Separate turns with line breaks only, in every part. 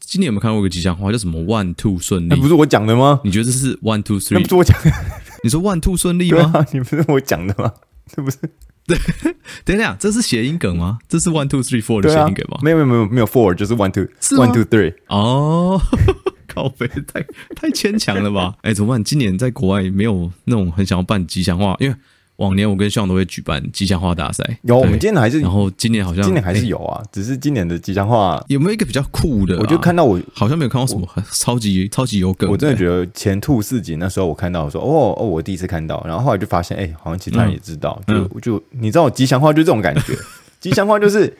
今年有没有看过一个吉祥话叫什么 “one two 顺利
哎那不”？是我讲的吗？
你觉得这是 “one two
那
three”？
不是我讲的，
你说 “one two 顺利”
对
吗？
啊， 你不是我讲的吗？ 这不是
等一下，这是谐音梗吗？这是 “one two three four” 的
对
谐
啊
音梗吗？？
没有没有没有没有 four 就是 one two
是吗
one two three，
哦， 靠北太太牵强了 吧？哎、怎么办？今年在国外没有那种很想要办吉祥话，因为往年我跟向都会举办吉祥话大赛。
有我们
对
今天还是
然后今年好像
今年还
哎
是有啊，只是今年的吉祥话，
有没有一个比较酷的啊、
我就看到我
好像没有看到什么超级超级有梗哎的。
我真的觉得前兔似锦那时候我看到我说哦哦，我第一次看到，然后后来就发现哎、好像其他人也知道，
嗯
就就你知道吉祥话就这种感 觉，吉祥话就是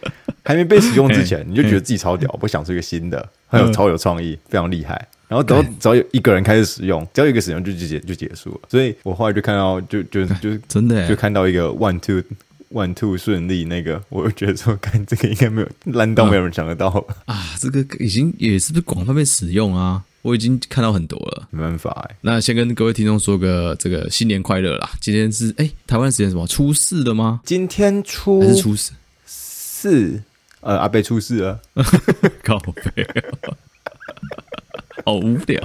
还没被使用之前，你就觉得自己超屌，我想出一个新的，很有
嗯
超有创意，非常厉害。然后只要只要有一个人开始使用，只要有一个使用就就结就结束了。所以我后来就看到就就 就
真的、欸，
就看到一个 one two one two 顺利那个，我就觉得说 看这个应该没有烂到没有人想得到，
啊，这个已经也是不是广泛被使用啊？我已经看到很多了。
没办法哎、
那先跟各位听众说个这个新年快乐啦！今天是哎、台湾时间什么初四了吗？
今天初
还是初四？
四，呃，阿贝出事了。
靠背、好无聊。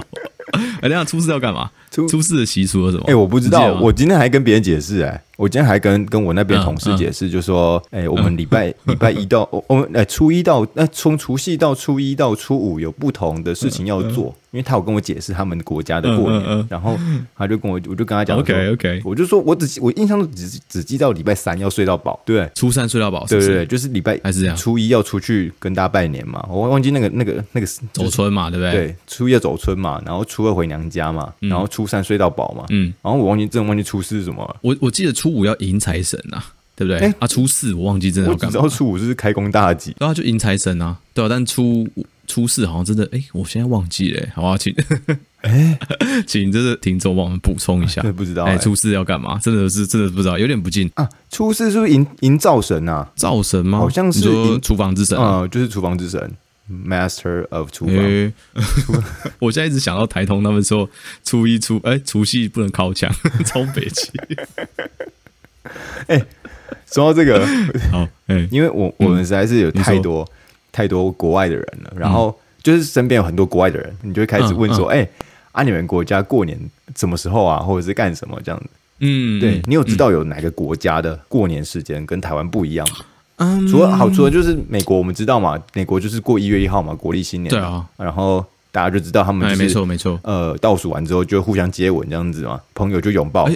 哎、等一下初四要干嘛？
初
初四的习俗是什么？
哎、我不知
你记得
道，
吗
我今天还跟别人解释、哎，我今天还跟跟我那边
嗯
同事
嗯
解释，就说，哎、我们 礼拜礼拜一到我我们呃初一到那从除夕到初一到初五有不同的事情要做，因为他有跟我解释他们国家的过年，
嗯嗯嗯
然后他就跟我我就跟他讲说
OK，OK
我就说我只我印象中只只记到礼拜三要睡到饱，对。
初三睡到饱，是
对
不
对
是？
对，就是礼拜
还是这样
初一要出去跟大家拜年嘛，我忘记那个那个那个
走村嘛，对不对？，
对，初一要走春嘛，然后初二回娘家嘛，然后初三睡到饱嘛，
嗯，
然后我忘记真的忘记初四是什么了，
我我记得初五要迎财神啊，对不对？
哎
啊，初四我忘记真的
我
要
只
干
知
嘛
道。初五是开工大吉，
对啊，就迎财神啊，对啊，但初五初四好像真的，哎、我现在忘记了、好啊，请， 请这个听众帮我们补充一下
真的，不知道
哎、
哎
初四要干嘛？真的是真的不知道，有点不近。
啊，初四是不是迎迎灶神啊？
灶神吗？
好像是
你说
迎
厨房之神啊。
嗯，就是厨房之神，Master of 厨房，
诶 我现在一直想到台通他们说初一初哎、除夕不能靠墙， 超北 齐。
说到这 个，
好，哎、
因为我我们实在是有
你
太
说
多太多国外的人了，然后就是身边有很多国外的人，你就会开始问
嗯
说，哎、啊，你们国家过年什么时候啊，或者是干什么这样子？
嗯，
对你有知道有哪个国家的过年时间跟台湾不一样吗？
嗯，
除了好，除了就是美国，我们知道嘛，美国就是过一月一号嘛，国历新年。
对啊，
然后大家就知道他们
哎、
就是、
没错没错，
呃，倒数完之后就互相接吻这样子嘛，朋友就拥抱，
哎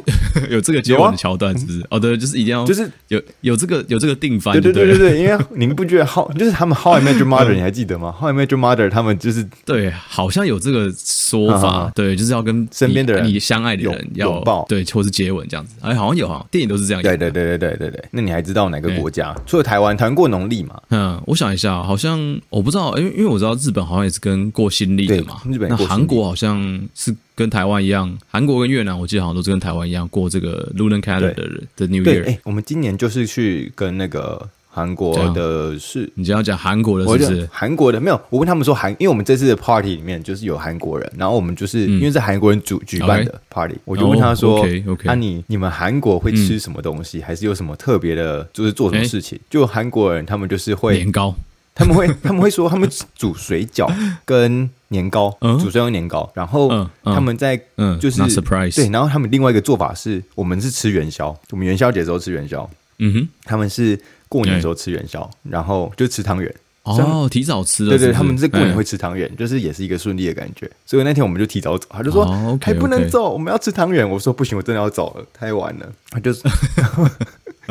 有这个接吻的桥段是不是？哦，对，就是一定要
啊就是
有有这个有这个定番
对
就
对
哎对
对对
了
对，因为 你们不觉得好，就是他们 How I Met Your Mother，你还记得吗？How I Met Your Mother，他们就是
对，好像有这个说
啊啊
法
啊，
对，就是要跟
身边的人
你你相爱的人
拥
要
拥抱
对，或是接吻这样子，哎，好像有哈，电影都是这样。
对对，对对对对对。那你还知道哪个国
哎
家？除了台湾，台湾过农历嘛，
嗯，我想一下，好像我不知道，因为因为我知道日本好像也是跟过新历的嘛，
对日本也
那
过新历
韩国好像是跟台湾一样，韩国跟越南我记得好像都是跟台湾一样过这个 Lunar Calendar 的的 New
对，哎、
Year。
我们今年就是去跟那个韩
这
国
样
的是
你今天要讲韩国的
我
是
就
不是？
韩国的没有，我问他们说韩，因为我们这次的 party 里面就是有韩国人，然后我们就是、
嗯
因为是韩国人主举办的 party，我就问他说，
哦 OK，OK
啊你你们韩国会吃什么东西，还是有什么特别的，就是做什么
哎
事情？就韩国人他们就是会，
年糕，
他们会他们会说他们煮水饺跟年糕，
嗯
煮水饺跟年糕，然后
嗯嗯
他们在。
嗯，
就是
那 surprise，
对，，然后他们另外一个做法是，我们是吃元宵，我们元宵节的时候吃元宵，
嗯
他们是过年的时候吃元宵，然后就吃汤圆，
哼，
所以他们
哦，提早吃了
对
是不是，
对，他们在过年
哎
会吃汤圆，就是也是一个顺利的感觉。所以那天我们就提早走，他就说
哦，OK，
还不能
OK
走，我们要吃汤圆。我说不行，我真的要走了，太晚了。 他就是，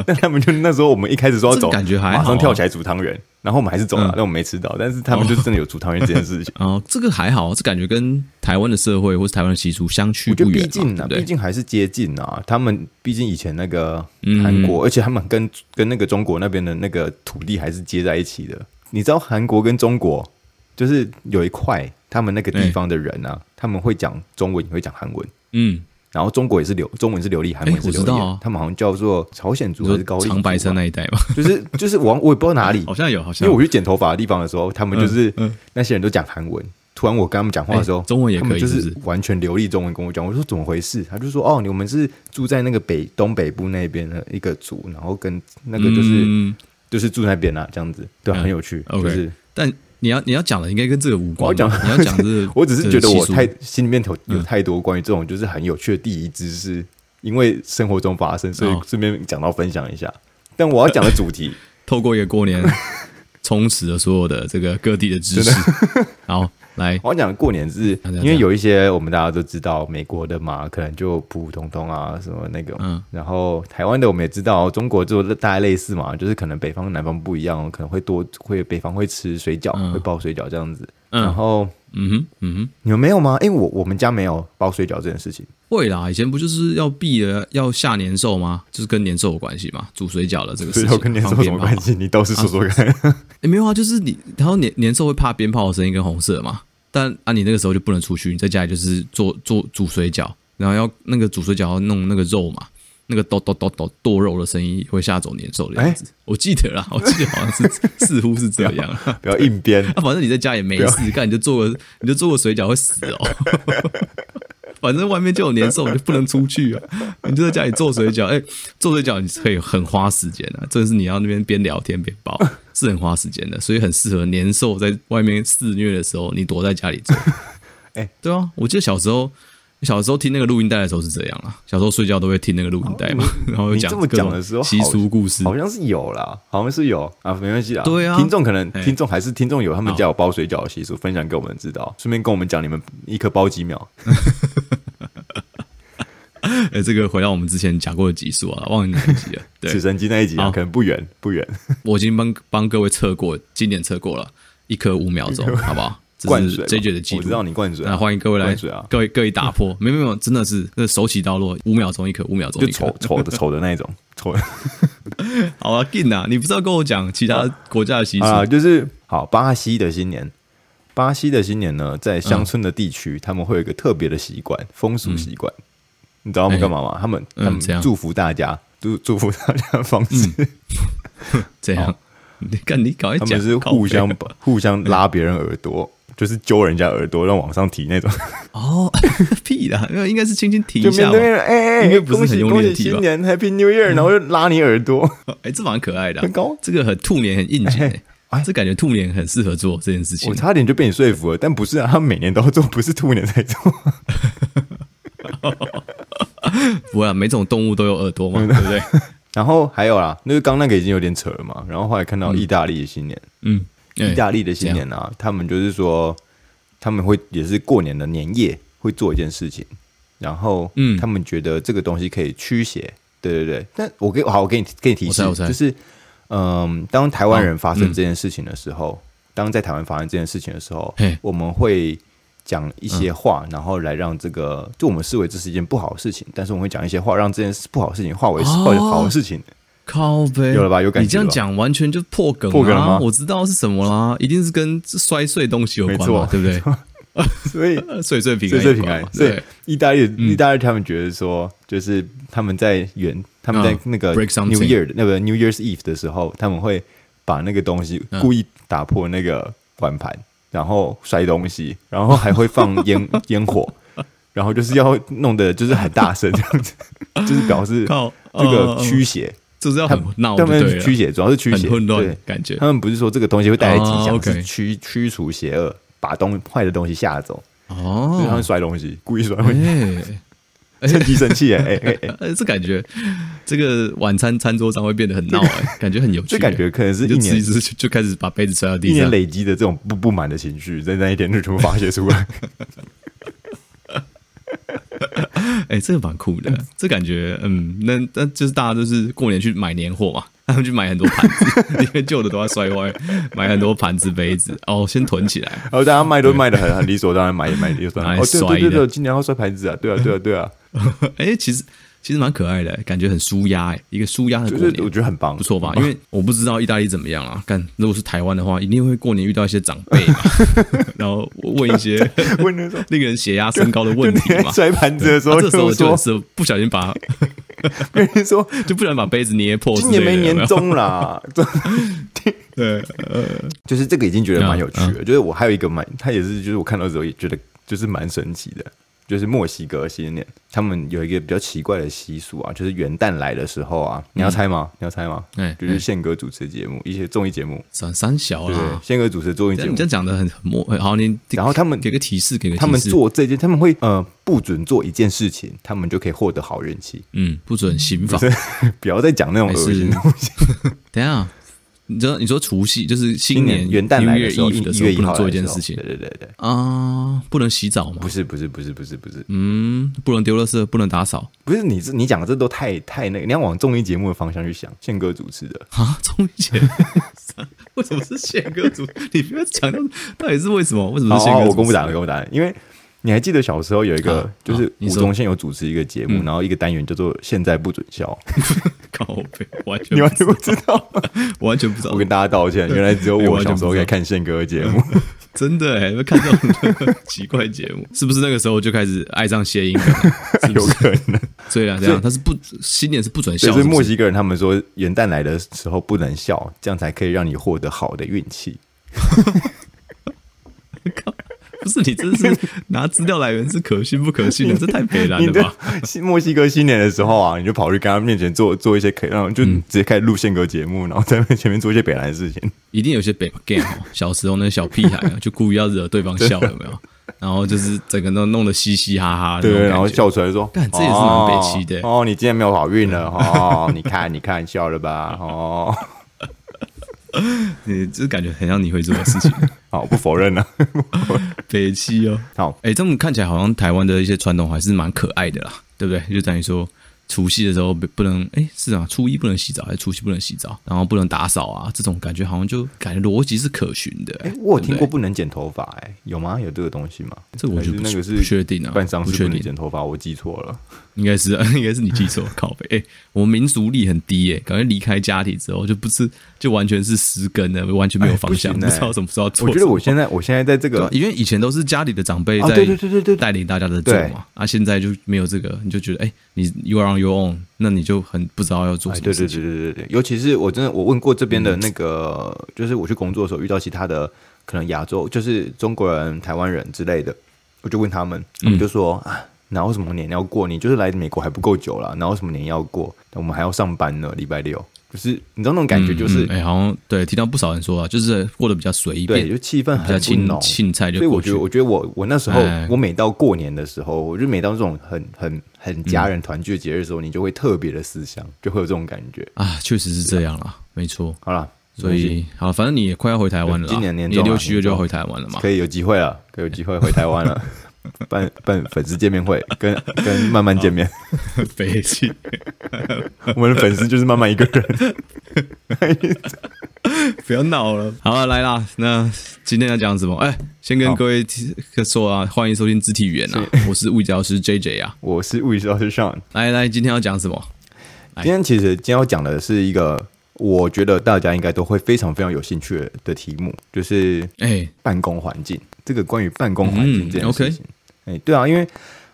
但他们就那时候我们一开始说要
这
走，
个感觉还
马
好
上
啊
跳起来煮汤圆，然后我们还是走了
嗯，
但我们没吃到。但是他们就真的有煮汤圆这件事情。
哦，这个还好，这感觉跟台湾的社会或是台湾的习俗相去
我觉
不
得
远
毕
嘛，
竟
对
啊，
不
毕
对？
竟还是接近啊。他们毕竟以前那个
嗯
韩国，而且他们跟跟那个中国那边的那个土地还是接在一起的。你知道韩国跟中国就是有一块，他们那个地方的人啊，他们会讲中文，也会讲韩文。
嗯，
然后中国也是流中文是流利，韩文也是
我
流
知
利
道
的、
啊
他们好像叫做朝鲜族
你
还是高
说
丽族
长白山
吧
那一带嘛，
就是就是我我也不知道哪里，
好像有，好
因
像
为
有
我去剪头发的地方的时候，他们就是、
嗯嗯
那些人都讲韩文。突然我跟他们讲话的时候，
哎中文也可以
他们就是
不
完全流利中文跟我讲。我说怎么回事？他就说哦，你我们是住在那个北东北部那边的一个族，然后跟那个就是、
嗯
就是住那边啦、啊，这样子，对
嗯
啊、很有趣
OK
就是
但你要你要讲的应该跟这个无关吧。
我要讲，
你要讲的是
我只是觉得我
这个习俗
太心里面头有
嗯
太多关于这种就是很有趣的第一知识，因为生活中发生，所以
哦
顺便讲到分享一下。但我要讲的主题
透过一个过 年，充实了所有的这个各地的知识。 好，来，
我要讲过年是
啊这样
因为有一些我们大家都知道，美国的嘛，可能就普普通通啊，什么那种。
嗯
然后台湾的我们也知道，中国就大概类似嘛，就是可能北方南方不一样，可能会多会北方会吃水饺，
嗯
会包水饺这样子。
嗯
然后
嗯哼，嗯哼，
你们没有吗？哎、我我们家没有包水饺这件事情。
会啦，以前不就是要避了要下年兽吗？就是跟年兽有关系嘛，煮水饺的这个事
水
情。
饺跟年兽有什么
放
关
鞭炮？
系？你倒是说说看。
诶没有啊，就是你，然后年年兽会怕鞭炮的声音跟红色嘛，但啊，你那个时候就不能出去，你在家里就是做做煮水饺，然后要那个煮水饺要弄那个肉嘛。那个剁剁剁剁剁肉的声音会吓走年兽的样子，我记得啦，我记得好像是似乎是这样啊。
不要硬 编。
啊，反正你在家也没事干，你就做个你就做个水饺会死哦。 反正外面就有年兽，你就不能出去啊！你就在家里做水饺，哎、做水饺你可以很花时间啊，真的是你要那边边聊天边包，是很花时间的，所以很适合年兽在外面肆虐的时候，你躲在家里做。
哎
对啊，我记得小时候小时候听那个录音带的时候是这样啊，小时候睡觉都会听那个录音带嘛，然后
哦你
讲
这么
各种
讲的时候，
习
好
俗故事，
好像是有啦，好像是有啊，没关系啦。
对啊
听众可能
哎哦
听众还是听众有他们家有包水饺的习俗，分享给我们知道，顺便跟我们讲你们一颗包几秒。
哎、这个回到我们之前讲过的集数啊，忘了哪一集了，对，哦
死神鸡那一集啊，
好
可能不远不远，
我已经帮帮各位测过，今年测过了，一颗五秒钟，好不 好？这
灌
是
水嘛
JJ 的记
我
录
知，道你灌水啊，
那欢迎各位来
灌水啊，
各位各位打破，没有没有，真的是这手起刀落，五秒钟一颗，五秒钟
就
一颗
丑。丑的丑的那一种丑的
好啊，劲啊！你不知道跟我讲其他国家的习俗
啊，就是好巴西的新年。巴西的新年呢，在乡村的地
嗯
区，他们会有一个特别的习惯，风俗习惯。你知道他们干嘛吗？他们
嗯
他
怎
们
样
祝福大家，祝 祝福大家的方式，
这样？ 你看你搞一
他
讲
们，是
靠北嗯
互相互相拉别人耳朵，就是揪人家耳朵，让往上提那种。
哦，屁啦，没有，应该是轻轻提
就
一
面
下
对
嘛。
面，哎哎，
应该不是
恭喜
很用
恭
力
喜
地嗯提吧
新年 Happy New Year，然后就拉你耳朵，
哎，这蛮可爱的啊
很，高。
这个很兔年很应景
哎哎
哎，这感觉兔年很适合做这件事情
我。差点就被你说服了，但不是啊，他每年都要做，不是兔年才做。
不会啊，每种动物都有耳朵嘛，
嗯
对不对？
然后还有啦，那个刚那个已经有点扯了嘛。然后后来看到意大利的新年，
嗯，哎
意大利的新年啊，他们就是说他们会也是过年的年夜会做一件事情，然后
嗯
他们觉得这个东西可以驱邪，对对对。但我给好，我给你给你提示
我，猜我猜
就是嗯，当台湾人发
好
生
嗯
这件事情的时候，当在台湾发生这件事情的时候
嘿，嗯
我们会。讲一些话，然后来让这个，就我们视为这是一件不好的事情，但是我们会讲一些话，让这件不好的事情化为
哦
化为好的事情。
靠呗，
有了吧有感觉
你这样
了吧
讲完全就破梗
破梗了
啦
吗
我知道是什么啦，一定是跟摔碎东西有
没
关
错
嘛，对不 对？
所以
呃碎碎平安
岁
有
岁
关嘛，
平安。所以
对嗯
意大利，意大利他们觉得说，就是他们在元，他们在那
嗯
个
break something
New Year 的那个 New Year's Eve 的时候，他们会把那个东西
嗯
故意打破那个碗盘，然后摔东西，然后还会放烟 烟火，然后就是要弄的就是很大声这 样子，就是表示
靠
这个
呃
驱邪。
就是要
他
很闹，
他
就
们
对
是
了
驱邪，主要是驱邪，
很混乱
对
感觉
他们不是说这个东西会带来吉
哦
祥，
，OK
是驱驱除邪恶，把东坏的东西吓走。就是他
哦
们，摔东西，故意摔东西，
哎。
趁机生气哎哎 哎哎，
呃，这感觉，这个晚餐餐桌上会变得很闹哎、感觉很有趣、
这感觉可能是
你
一
就吃一
年
吃就就开始把杯子摔到
一
地
年
上，
累积的这种不不满的情绪，在那一天就全部发泄 出来。
哎、这个蛮酷的，这感觉嗯，那那就是大家都是过年去买年货嘛，他们去买很多盘子， 因为旧的都要摔坏，买很多盘子杯子，哦，先囤起来，
然后大家卖都卖的很很理所当然，买也买理所当然。
拿
哦，
来
对
摔
对对
的
对，今年要摔牌子啊，对啊对啊对啊，
哎、其实其实蛮可爱的，感觉很舒压，哎，一个舒压的
就
过
是
年，
我觉得很棒，嗯
不错吧？因为我不知道意大利怎么样啊，但如果是台湾的话，一定会过年遇到一些长辈嘛， 然后问一些
问那种
令人血压升高的问题
你在
嘛。
摔盘子的时候
啊这时候
就
就
说，
是不小心把，
跟 你说
就不小心把杯子捏破之
今
类的，
年没
有没
年
有
终 啦，
对，
就是
嗯
这个已经觉得蛮有趣了。就是我还有一个蛮，他也是，就是我看到的时候也觉得就是蛮神奇的，就是墨西哥新年，他们有一个比较奇怪的习俗啊，就是元旦来的时候啊，你要猜吗？你要猜吗？
嗯哎
就是宪哥主持节目，一些综艺节目，
三三小
对不
啦
对，，宪哥主持综艺
这
节
样
目
你这，样讲的很很模，好，你
然后他们
给个提示，给个提示
他们做这件，他们会呃不准做一件事情，他们就可以获得好运气。
嗯不准刑法，
不要再讲那种
还
恶
是
心的东西。
等一下。啊你知道你说除夕就是新
今
年
元旦来
来
的时候，
Eve 的
一
时候
月一
不能
号
做一
来的
件
时候
事情
对对对对，
啊，不能洗澡吗
不？是不是不是不是不是
嗯，不能丢垃圾，不能打扫
不是你这你讲的这都太太那个，你要往综艺节目的方向去想。宪哥主持的，
啊！中姐， 为什么是宪哥组？你不要强调到底是为什么？为什么
好
是嗯宪
好
哥组？
哦我公布答案，我公布答案，因为。你还记得小时候有一个
啊，
就是
啊你
吴
说嗯
宗宪有主持一个节目，然后一个单元叫做“现在不准 笑
靠背，完”，全
你完
不
全不知道吗？
完全不知道
我，跟大家道 歉，原来只有
哎完
我
全
小
不
时候
知
在
道
看宪哥的节 目。
嗯真的哎，看到很多 奇怪节目，是不是那个时候就开始爱上谐音梗了？是不
有
是？
可 能，
对啊，这样他是不新年是不准笑，
就是
是不
墨
是
西哥人他们说元旦来的时候不能笑，这样才可以让你获得好的运气。
不是你这 是拿资料来源是可信不可信的，这太北蓝
你
了
的
啊吧？
新墨西哥新年的时候啊，你就跑去跟他面前做做一些可以让就
嗯
直接开始录宪歌节目，然后在前面做一些北兰的事情。
一定有些北 gay 哦，小时候那小屁孩啊，就故意要惹对方笑，有没有？然后就是整个都弄得嘻嘻哈哈的那种感觉，
对，然后笑出来说：“
干这也是蛮北七的
哦，哦你今天没有好运了哦， 你看你看笑了吧哦，
你这感觉很像你会做的 事情，
好不 否认了，
北七哦。
好
哎、这么看起来好像台湾的一些传统还是蛮可爱的啦，对不对？就等于说除夕的时候不不能，哎、是啊，初一不能洗澡，还是除夕不能洗澡，然后不能打扫啊，这种感觉好像就感觉逻辑是可循的、
哎，
对不
我有听
对
过不能剪头发，哎，有吗？有这个东西吗？
这个我就不
还是那个是
不确定啊
办丧
不
事
确
不能
定
剪头发，我记错了。
应该是应该是你记 错，靠背。哎、我们民族力很低耶、感觉离开家庭之后就不是就完全是失根的，完全没有方向，
哎不
不
行哎
知道什么时候要 做什
我
么。
觉得我现在我现在在这
对啊
个
因为以前都是家里的长辈
啊
在
对对对对对
带领大家的做嘛，啊，现在就没有这个，你就觉得哎、你 you are on your own，那你就很不知道要做
哎，
什
对
么事
对对
情。嗯
对对对，尤其是我真的我问过这边的那个，就是我去工作的时候遇到其他的可能亚洲，就是中国人、台湾人之类的，我就问他们，
嗯
他们就说、啊，哪有什么年要过？你就是来美国还不够久啦，哪有什么年要过？我们还要上班呢，礼拜六，就是你知道那种感觉，就是、
嗯哎、好像对，听到不少人说啊，就是过得比较随
对，
便，
就气氛
比较
很不
青
浓。
青菜就
所以我
过
觉
去
得，。我觉得我我那时候
哎，
我每到过年的时候，我就每到这种很很很家
嗯
人团聚的节日的时候，你就会特别的思乡，就会有这种感觉。
啊，确实是这样啦，没错。
好了，
所以好，反正你也快要回台湾了啦，
对今年年
你
中啊
六七月就要
年中
回台湾了嘛。
可以有机会了，可以有机会回台 湾了，办办粉丝见面会，跟跟慢慢见 面。
北京，
我们的粉丝就是慢慢一个人。
不要闹了。 好了，来啦，那今天要讲什么？哎、先跟
好
各位提说啊，欢迎收听肢体语言啊， 我是物理治疗师 J J 啊。
我是物理治疗师 Sean，
来来，今天要讲什么？哎
今天其实今天要讲的是一个，我觉得大家应该都会非常非常有兴趣的题目，就是
哎、
办公环境。这个关于办公环境这件事情，哎、对啊，因为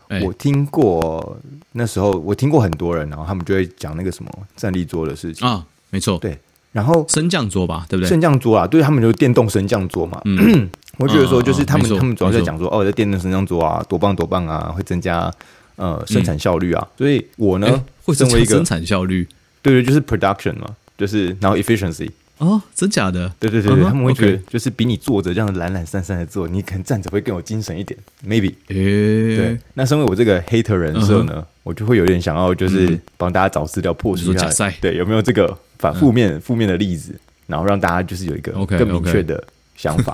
嗯哎
我听过那时候我听过很多人，然后他们就会讲那个什么站立桌的事情，
啊，没错，
对，然后
升降桌吧，对不嗯对？
升降桌啊，对他们就是电动升降桌嘛。 我觉得说，就是他
嗯嗯嗯
们、
没错
他们主要在讲说，哦，这电动升降桌啊，多棒多棒啊，会增加呃生产效率啊。所以我呢，
哎会
身
增加
为一个
生产效率
对对，就是 production 嘛，就是然后 efficiency，
哦，真假的？
对对对
嗯
对
哼
他们会觉得
OK
就是比你坐着这样懒懒散散的坐，你可能站着会更有精神一点，maybe。
诶、
对，那身为我这个 hater 人设呢，我就会有点想要就是帮大家找资料破
你
除一
说假
下
赛，
对，有没有这个反负面负面的例子，然后让大家就是有一个
OK，
更明确的想 法。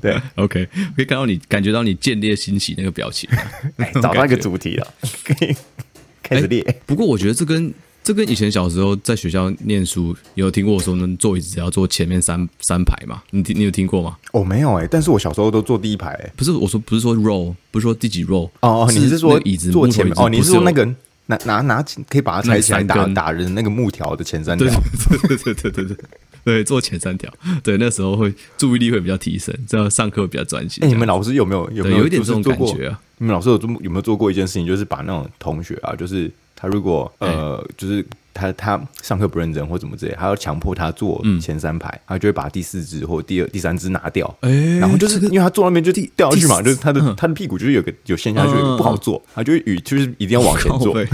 对，
o k 可以看到你感觉到你见猎心喜那个表情。啊
哎，找到一个主题了，可以 开始列。
不过我觉得这跟这跟以前小时候在学校念书有听过我说，能坐椅子只要坐前面三三排嘛？你听你有听过吗？
哦，没有哎，但是我小时候都坐第一排哎。
不是我说不是说 roll，不是说第几 roll
哦，哦你
是
是说
那个椅子
坐
木头
前
椅
面？
子
哦，你
不
是说
有
那个拿拿拿起可以把它
那
拆起来
三
打
根
打人的那个木条的前三
对
条？
对对对对对对对，对，做前三条，对，那时候会注意力会比较提升，这样上课比较专心。
哎、你们老师有没有有没
对有一点
就是
这种
做
感
过
觉啊
你们老师有做有没有做过一件事情，就是把那种同学啊，就是他如果
哎
呃，就是他他上课不认真或怎么之类，他要强迫他坐
嗯
前三排，他就会把第四只或第二第三只拿掉。
哎
然后就是因为他坐那边就掉下去嘛，
第
就
四嗯
是他的、他的屁股就是有个有陷下去，有
嗯嗯
个不好坐，他就会与就是一定要往前
靠
坐。
背，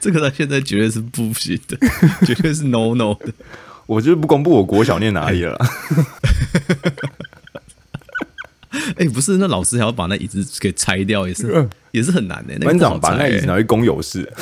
这个到现在绝对是不行的，绝对是 no no 的。
我就是不公布我国小念哪里了啦，
哎、不是，那老师还要把那椅子给拆掉，也是
嗯
也是很难的、那个
班
不好
长把
拆
那椅子
欸
拿去公有室。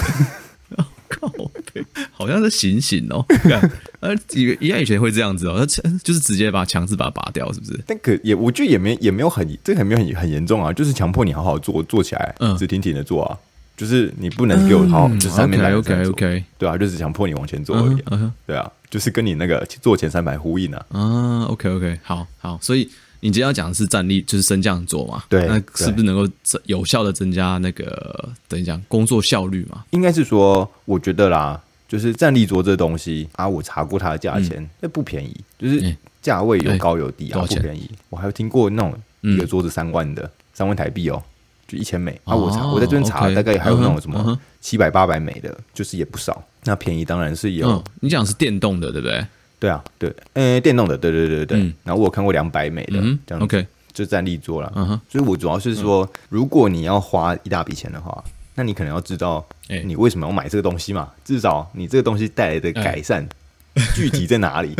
靠北，好像是醒醒哦。干呃，以以前以前会这样子哦，他强就是直接把强制把它拔掉，是不是？
但可也，我觉得也没也没有很，这个还没有很很严重啊，就是强迫你好好坐坐起来，
嗯
直挺挺的坐啊，就是你不能给我好好、就上面
OK
来
OK OK
对啊，就是强迫你往前坐而已啊、
嗯哼
对啊，就是跟你那个坐前三排呼应啊，
啊，OK OK，好好，所以你今天要讲的是站立，就是升降桌嘛？
对
那
对
是不是能够增有效的增加那个等于讲工作效率嘛？
应该是说，我觉得啦，就是站立桌这东西啊，我查过它的价钱，那、不便宜，就是
嗯
价位有高有
哎
低啊，
多
不
少钱
便宜。我还有听过那种
嗯
一个桌子三万的，三万台币哦，就一千美
哦
啊。我查我在这边查，
OK
大概还有那种什
嗯哼嗯
么
哼
七百八百美的，就是也不少。那便宜当然是有，
嗯，你讲的是电动的，对不对？
对啊，对，呃，电动的，对对对对。
嗯
然后我有看过两百美的，
嗯
这样子
，OK，
就站立桌啦。
嗯哼，
所以我主要是说，
嗯
如果你要花一大笔钱的话，那你可能要知道
哎
你为什么要买这个东西嘛，至少你这个东西带来的改善
哎
具体 在哪里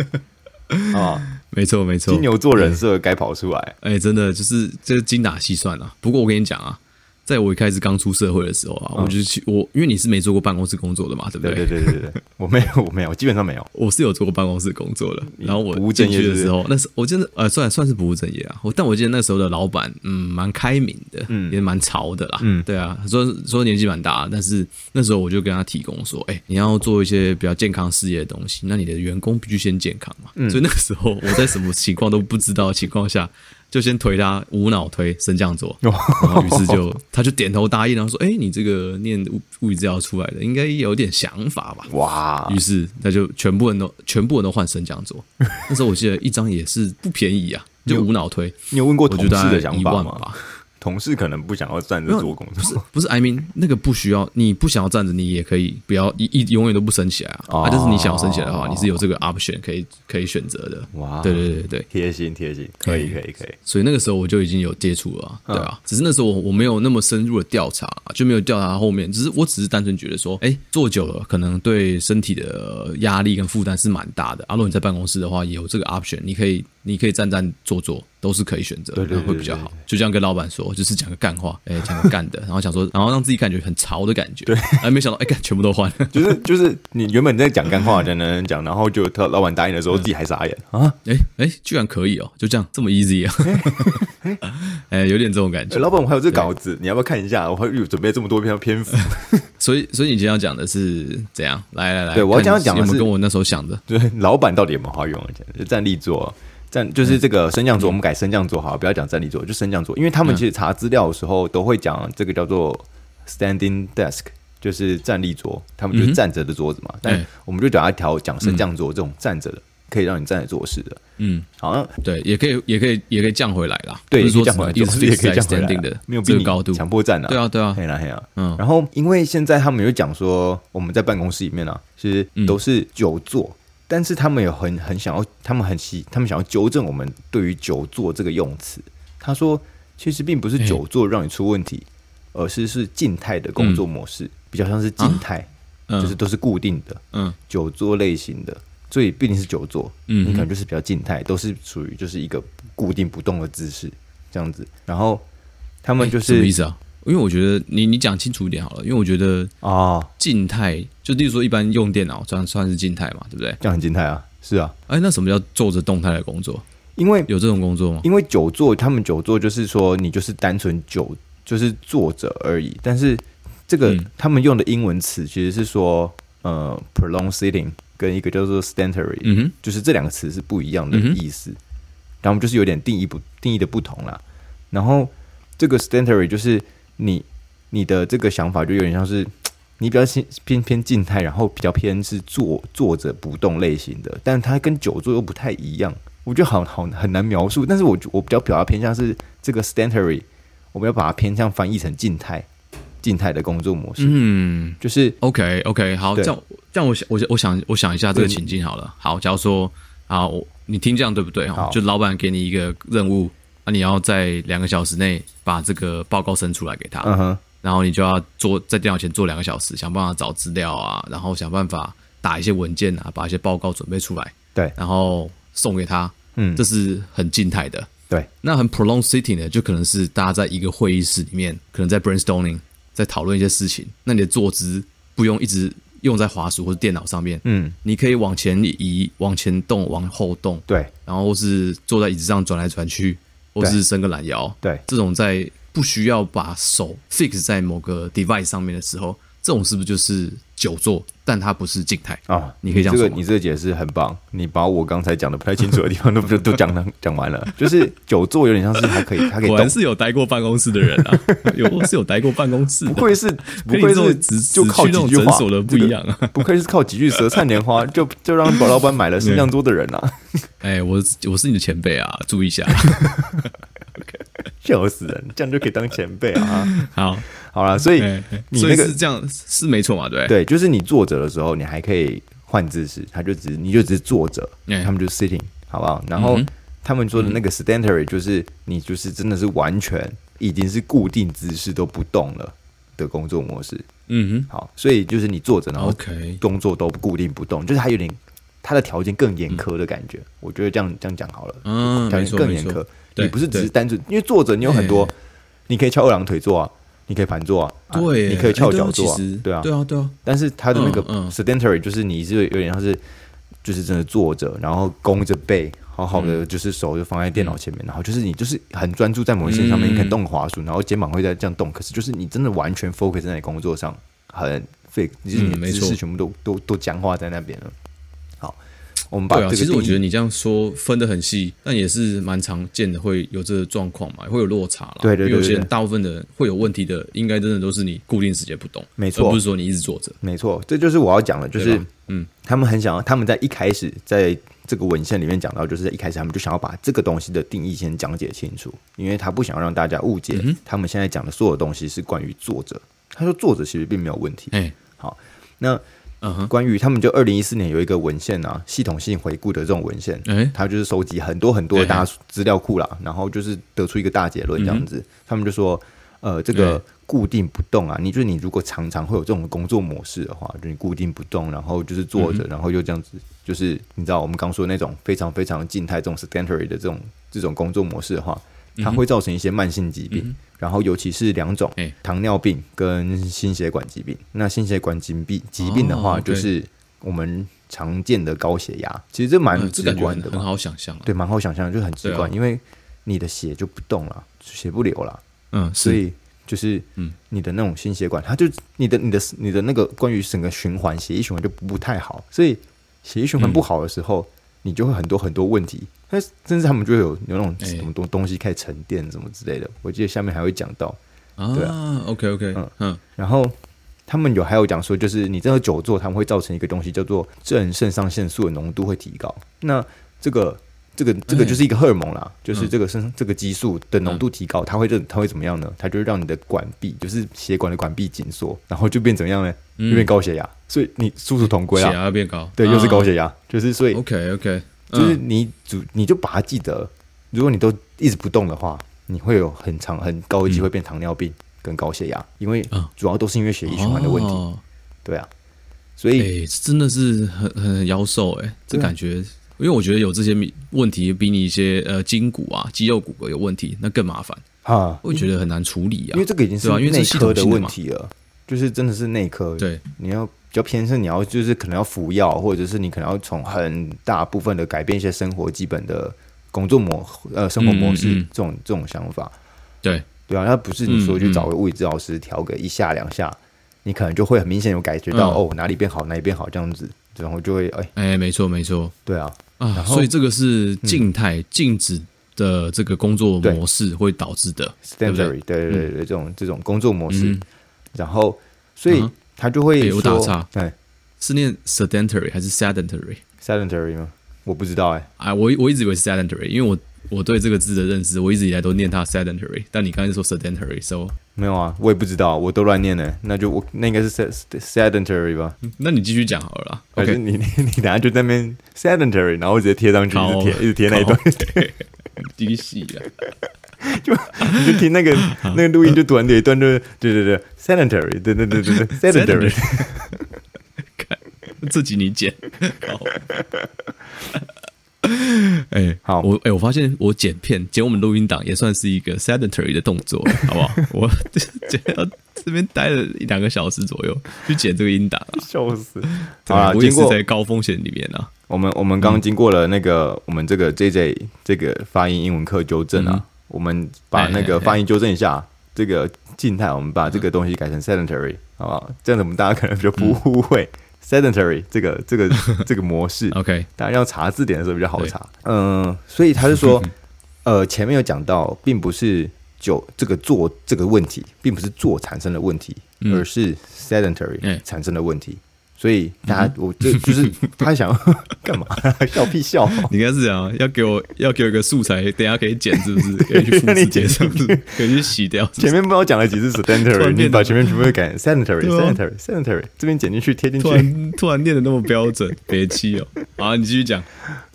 啊？
没错没错，
金牛座人设该跑出来，
哎、真的就是这精打细算啊。不过我跟你讲啊，在我一开始刚出社会的时候啊，我就是去我，因为你是没做过办公室工作的嘛，对不
嗯对对对对 对，我没有我没有，我基本上没有，
我是有做过办公室工作的，然后我
嗯不务正
进
业
去的
是不是
时候，那时候我真的呃，算算是不务正业啊。我但我记得那时候的老板，嗯，蛮开明的，嗯，也蛮潮的啦，
嗯
对啊，说说年纪蛮大的，但是那时候我就跟他提供说，哎、你要做一些比较健康事业的东西，那你的员工必须先健康嘛。
嗯
所以那个时候我在什么情况都不知道的情况下，就先推他无脑推升降
哦
桌，然后于是就他就点头答应，然后说，哎、你这个念物物理治疗出来的，应该有点想法吧？
哇
于，是那就全部人都全部人都换升降桌。 那时候我记得一张也是不便宜啊，就无脑推，
你有问过
我
同
觉
事
得大概
的想
一
法
万
吗？
吧。
同事可能不想要站着做工作，
不是，I mean 那个不需要，你不想要站着，你也可以不要一一永远都不升起来啊。
哦
啊，但是你想要升起来的话，你是有这个 option 可以可以选择的。
哇
对对对对。哎
贴心贴心，可以可以可以，
所以那个时候我就已经有接触了啊、
嗯
对啊，只是那时候我我没有那么深入的调查啊、就没有调查后面，只是我只是单纯觉得说，哎、坐久了可能对身体的呃压力跟负担是蛮大的。啊，如果你在办公室的话，也有这个 option，你可以你可以站站坐坐都是可以选择，
对对对
会比较好。就这样跟老板说，就是讲个干话， 哎、讲个干的，然后想说，然后让自己感觉很潮的感觉，对， 哎，没想到哎，干、全部都换，了。
就是就是你原本在讲干话，讲讲讲讲，然后就他老板答应
嗯
的时候，自己还傻眼啊！
哎、哎、居然可以哦，就这样这么 easy 啊， 哎、有点这种感觉
呃。老板，我还有这稿子，你要不要看一下？我还有准备这么多篇 篇幅，
所以，所以你今天要讲的是怎样？来来来，
对我要今天要讲的
看你有没有
是
跟我那时候想的，
就是老板到底有没有好用？就站立桌，站就是这个升降桌，我们改升降桌好了，不要讲站立桌，就升降桌，因为
嗯
他们其实查资料的时候都会讲这个叫做 standing desk，就是站立桌，他们
嗯
就是站着的桌子嘛，但
哎
我们就讲一条讲升降桌这种站着的，可以让你站着做事的，
嗯，
好像。
对，也可以，也可以，也可以降回来啦。
对，
不是说
也可以降回来，
一直
总之也可以降回来
standing
啊
的，
没有逼
这个
你
高度，
强迫站啊。
对啊对啊
嘿啦嘿啦。
嗯
然后因为现在他们有讲说，我们在办公室里面
嗯
啊，其实都是久坐，但是他们有很很想要，他们很希，他们想要纠正我们对于久坐这个用词。他说，其实并不是
哎
久坐让你出问题，而是是静态的工作模式，比较像是静态，
嗯
就是都是固定的。
嗯
久坐类型的，所以毕竟是久坐，
嗯
你可能就是比较静态，都是属于就是一个固定不动的姿势这样子。然后他们就
什么
是
意思啊？因为我觉得你你讲清楚一点好了，因为我觉得
哦，
静态，就例如说一般用电脑算算是静态嘛，对不对？
这样很静态啊，是啊，
哎，那什么叫做着动态的工作？
因为
有这种工作吗？
因为久坐，他们久坐就是说你就是单纯久就是坐着而已，但是这个、
嗯
他们用的英文词其实是说呃 prolonged sitting 跟一个叫做 sedentary，、
嗯哼，
就是这两个词是不一样的
嗯哼
意思，然后我们就是有点定义不定义的不同啦。然后这个 sedentary 就是你你的这个想法就有点像是你比较偏偏偏静态，然后比较偏是坐坐着不动类型的，但它跟久坐又不太一样，我觉得好好很难描述。但是我我比较比较偏向是这个 sedentary，我们要把它偏向翻译成静态，静态的工作模式，
嗯
就是
，OK OK，好，这
对嗯
样这样我想我想我想我想一下这个
对
情境好了。好，假如说啊，我你听这样对不对？哈
好，
就老板给你一个任务，那、你要在两个小时内把这个报告生出来给他，
嗯哼，
然后你就要做在电脑前做两个小时，想办法找资料啊，然后想办法打一些文件啊，把一些报告准备出来，
对
然后送给他。
嗯
这是很静态的。
对，
那很 prolonged sitting 的，就可能是大家在一个会议室里面，可能在 brainstorming，在讨论一些事情。那你的坐姿不用一直用在滑鼠或者电脑上面，
嗯，
你可以往前移、往前动、往后动，
对
然后或是坐在椅子上转来转去，或
对
是伸个懒腰。
对
这种在不需要把手 fix 在某个 device 上面的时候，这种是不是就是久坐？但它不是静态
啊、
你可以这样
这
说
个
吗
你这个解释很棒，你把我刚才讲的不太清楚的地方都 都都讲了讲完了，就是久坐有点像是它可以它可以
果
动
然。是有待过办公室的人 啊，有是有待过办公室的
不。愧是，不
跟你这
愧
种
是
只
就
只
靠
去那
几
种
句
诊
话
所的不一样啊
这个不愧是靠几句舌灿莲花，就就让宝老板买了升降桌的人啊，
哎、我我是你的前辈啊，注意一下。
笑死人！这样就可以当前辈啊！
好，
好了，所以
哎、
你
所以
那个
是这样，是没错嘛？对不对，
对，就是你坐着的时候，你还可以换姿势，他就只你就只是坐着
哎，
他们就是 sitting，好不好？然
嗯
后
哼嗯
他们说的那个 sedentary 就是你就是真的是完全已经是固定姿势都不动了的工作模式。
嗯
好，所以就是你坐着，然
哼
后
，OK，
工作都固定不动，就是他有点他的条件更严苛的感觉。我觉得这样这样讲好了，
嗯，
条
没
件
错
更
没
严苛
错，，
你
对
不是只是
对哎
单纯因为坐着你有很多，你可以翘二郎腿坐啊，你可以盘坐啊，啊
对耶，
你可以翘
哎对啊
脚坐啊
其实，
对啊，
对啊，对啊，
但是他的那个
嗯嗯
sedentary 就是你是有点像是就是真的坐着，然后弓着背，好好的
嗯
就是手就放在电脑前面，然后就是你就是很专注在某一件事上面，
嗯
你可以动滑鼠，然后肩膀会在这样动，可是就是你真的完全 focus 在你工作上，很 fix，就是你
嗯
的
没
知
错
识全部都都都僵化在那边了。好，我们把
对
这
啊。
个
其实我
定义
觉得你这样说分的很细，但也是蛮常见的，会有这个状况嘛，会有落差啦。
对对对
因为有些
对
人
对
大部分的人会有问题的，应该真的都是你固定时间不动，
没错
而不是说你一直坐着。
没错，这就是我要讲的，就
对
是
吧嗯，
他们很想要，他们在一开始在这个文献里面讲到，就是在一开始他们就想要把这个东西的定义先讲解清楚，因为他不想让大家误解
嗯
他们现在讲的所有东西是关于作者。他说作者其实并没有问题。
哎、
好，那
嗯哼，
关于他们就二零一四年有一个文献啊，系统性回顾的这种文献，
哎
他就是收集很多很多的大家资料库啦，然后就是得出一个大结论这样
嗯
子。他们就说，呃，这个
哎
固定不动啊，你就是你如果常常会有这种工作模式的话，就你固定不动，然后就是坐
嗯
着，然后又这样子，就是你知道我们刚说的那种非常非常静态这种 sedentary 的这种这种工作模式的话。
嗯
它会造成一些慢性疾病，然后尤其是两种
哎，
糖尿病跟心血管疾病。那心血管疾病疾病的
哦
话，
，OK
就是我们常见的高血压，其实这蛮
嗯这
直
感觉
观
很
的
很
嘛，
好想象啊。
对，蛮好想象的，就很直观，
对啊
因为你的血就不动了，血不流了，
嗯，
所
是，
以就是
嗯
你的那种心血管，它就你的你的你的那个关于整个循环血液循环就不不太好，所以血液循环不好的时候，你就会很多很多问题。那甚至他们就会有有那种
哎
什么东东西开始沉淀什么之类的，我记得下面还会讲到。对
啊，OK OK，
嗯
嗯
然后他们有还有讲说，就是你这个久坐，他们会造成一个东西叫做正肾上腺素的浓度会提高。那这个
嗯
这个这个就是一个荷尔蒙啦，就是这个肾这个激素的浓度提高，它会让它会怎么样呢？它就会让你的管壁，就是血管的管壁紧缩，然后就变怎么样呢？就变高血压。所以你殊途同归
血
啊，
压变嗯高，啊嗯
对，又是高
血、
血压，就是所以
OK OK，
就是你主你就把它记得，如果你都一直不动的话，你会有很长很高的机会变糖尿病跟高血压，因为
嗯
主要都是因为血液循环的问题。
哦
对啊，所
哎、
以、
真的是很很妖兽哎、这
对啊
感觉，因为我觉得有这些米问题，比你一些呃筋骨啊、肌肉骨骼有问题，那更麻烦，
啊，
我觉得很难处理啊。
因为这个已经是
对啊因为
内
这系统
科的
性的
问
嘛
题了，就是真的是内科。，
对，
你要比较偏是你要就是可能要服药，或者是你可能要从很大部分的改变一些生活基本的工作模呃生活模式、
嗯嗯嗯
这种这种想法。
对，
对啊，那不是你
嗯
说去找个物理治疗师调个一下两下，你可能就会很明显有感觉到、
嗯
哦哪里变好哪里变好这样子，然后就会哎
哎、没错没错
对啊
啊，
然后嗯
所以这个是静态静止的这个工作模式会导致的，对不对？嗯
，sedentary 对对对对、这种这种工作模式，然后所以
嗯
他就会
哎我打
说
岔
哎
是念 sedentary 还是 sedentary？
，sedentary 吗？我不知道哎、
啊，我我一直以为是 sedentary，因为我我对这个字的认识，我一直以来都念它 sedentary，但你刚才说 sedentary，so
没有啊，我也不知道，我都乱念呢。那就我那应该是 sed- sedentary 吧
嗯那你继续讲好了啦。
还是
OK，
你你你等下就在那边 sedentary，然后我直接贴上去，一
好
直贴一直贴那一段，
低戏啊，
你就听那 个那个录音，就突然有一段就是对对对 sedentary，对对对 对对 sedentary，
看自己你剪。好哎、
好
我哎、我发现我剪片剪我们录音档也算是一个 sedentary 的动作，好不好？ 我剪到这边待了一两个小时左右去剪这个音档啊，
笑死！
对
好啦，
我也
经
是
过
在高风险里面啊。
我们我们刚刚经过了那个、我们这个 J J 这个发音英文课纠正啊，
嗯
我们把那
哎哎
个
哎
发音纠正一下，这个静态我们把这个东西改成 sedentary，好不好？这样子我们大家可能就不会、sedentary
嗯
这个这个这个模式，
OK，
大家要查字典的时候比较好查。嗯、所以他是 说，呃，前面有讲到，并不是就这个做这个问题，并不是做产生的问题，
嗯
而是 sedentary
哎嗯
产生的问题。所以大家，我就就是他想 干嘛？笑屁笑！
你应该是这样啊，要给我要给我一个素材，等一下可以剪是 不是？可以去复制节是不是？可以去洗掉是不
前
是？
面不知道讲了几 次
突
sedentary，
然变
你把
得
前面全部都改 sedentary
对啊
sedentary sedentary，这边剪进去贴进
突
去。
然突然念的那么标准，别 气哦。好啊，你继续讲。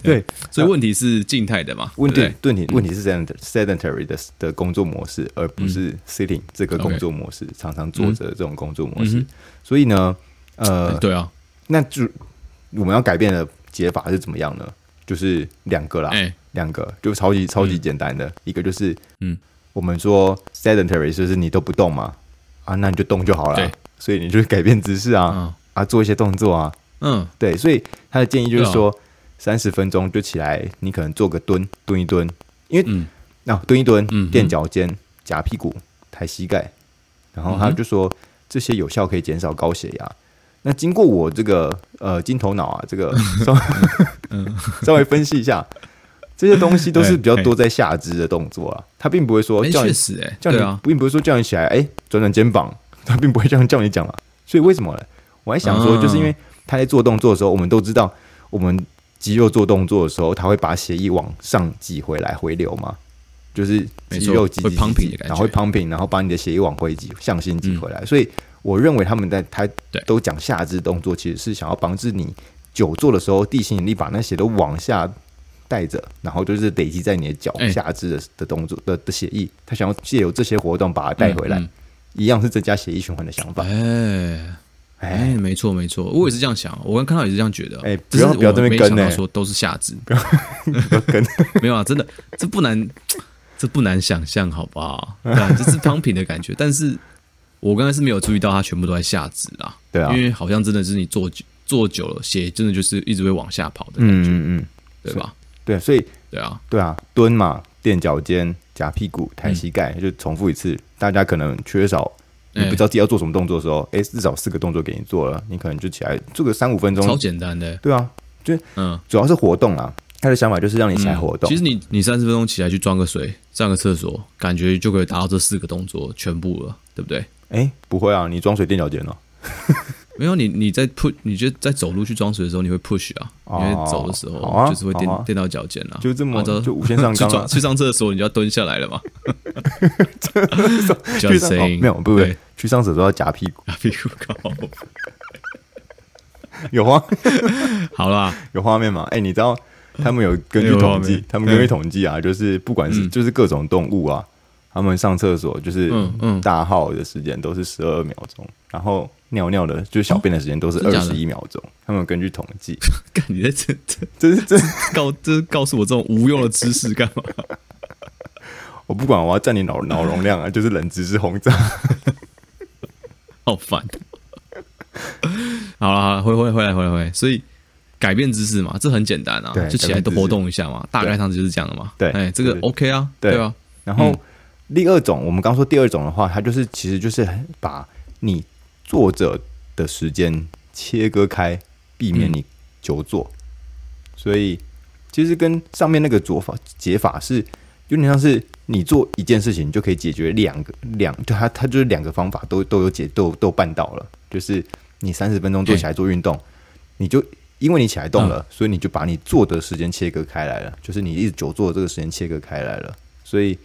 对，
所以问题是静态的嘛？
啊问
对嗯
题
不
问题问题是 sedent- sedentary 的的工作模式，而
嗯
不是 sitting 这个工作模式，常常坐着这种工作模
嗯
式。
哼
所以呢，
对
呃，
对啊，
那就我们要改变的解法是怎么样呢？就是两个啦，
哎
两个就超级超级简单的，一个就是
嗯，
我们说 sedentary 就是你都不动嘛，啊，那你就动就好了
对，
所以你就改变姿势啊，
嗯
啊，做一些动作啊，
嗯，
对，所以他的建议
啊
就是说，三十分钟就起来，你可能做个蹲，蹲一蹲，因为
嗯
那、蹲一蹲
嗯，哼
垫脚尖，夹屁股，抬膝盖，然
嗯
后他就说、这些有效可以减少高血压。那经过我这个呃金头脑啊，这个稍微
嗯
稍微分析一下，这些东西都是比较多在下肢的动作啊，他并不会说
哎，
叫你
确实哎，
叫你、
对啊，
并不是说叫你起来，哎、转转肩膀，他并不会这样叫你讲嘛。所以为什么呢？我还想说，
啊
就是因为他在做动作的时候，我们都知道，我们肌肉做动作的时候，他会把血液往上挤回来回流嘛，就是
没
肌
错
肉挤
会
挤
pumping
挤
的感
然后会
觉嗯
pumping，然后把你的血液往回挤，向心挤回来。所以我认为他们在他
对
都讲下肢动作，其实是想要防止你久坐的时候，地心引力把那血都往下带着，然后就是累积在你的脚
哎
下肢的的动作的的血液，他想要借由这些活动把它带回来，
嗯
一样是增加血液循环的想法。
哎
哎，
哎，没错没错，我也是这样想，我刚看到也是这样觉得。啊
哎
只是
不要不要
我
这边
没
跟
想到
哎
说都是下肢，
跟欸
没有啊，真的，这不难，这不难想象，好不好？对啊，这是汤品的感觉，但是我刚才是没有注意到它全部都在下肢啦，
对啊
因为好像真的是你坐久坐久了，血真的就是一直会往下跑的，
嗯嗯嗯，
对吧？
对，所以
对啊，
对啊，蹲嘛，垫脚尖，夹屁股，抬膝盖，就重复一次。大家可能缺少。你
哎
不知道自己要做什么动作的时候，
嗯
哎、至少四个动作给你做了，你可能就起来做个三五分
超
钟。
简单的，
对啊，
嗯，
主要是活动啊。他的想法就是让你起来活动。
其实你你三十分钟起来去装个水，上个厕所，感觉就可以达到这四个动作全部了，对不对？
哎、不会啊，你装水垫脚尖哦。
没有你，你在 push，你就在走路去装水的时候，你会 push 啊，
哦
你会走的时候、
好啊
就是会垫
好啊
垫、到脚尖啊，
就这么
然后
就无限上纲
去
啊
上去上厕所，你就要蹲下来 了嘛。就
去上哦没有，不不，
对，啊
去上厕所要夹屁股，
打屁股高。
有画
好啦，
有画面吗？哎、你知道他们有根据
有画
统
面
计，他们根据统计啊，就是不管是、就是各种动物啊，他们上厕所就是
嗯嗯
大号的时间都是十二秒钟，然后尿尿的就是小便的时间都是
哦真
二
假的
十一秒钟，他们有根据统计，
干你在这这
这是这
告这告诉我这种无用的知识干嘛？
我不管，我要占你脑脑容量啊，就是冷知识轰炸。
好烦。好了好了，回回回来回来回来，所以改变姿势嘛，这很简单啊
对，
就起来
改变
都
姿势
活动一下嘛，大概上就是这样的嘛。
对
哎，这个
对
OK 啊，
对
对啊，
然后、
嗯
第二种，我们刚说第二种的话，它就是其实就是把你坐着的时间切割开，避免
嗯
你久坐。所以其实跟上面那个做法解法是有点像是你做一件事情，你就可以解决两个两，就它它就是两个方法都都有解都都办到了。就是你三十分钟做起来做运动，你就因为你起来动
嗯
了，所以你就把你做的时间切割开来了，就是你一直久坐的这个时间切割开来了，所以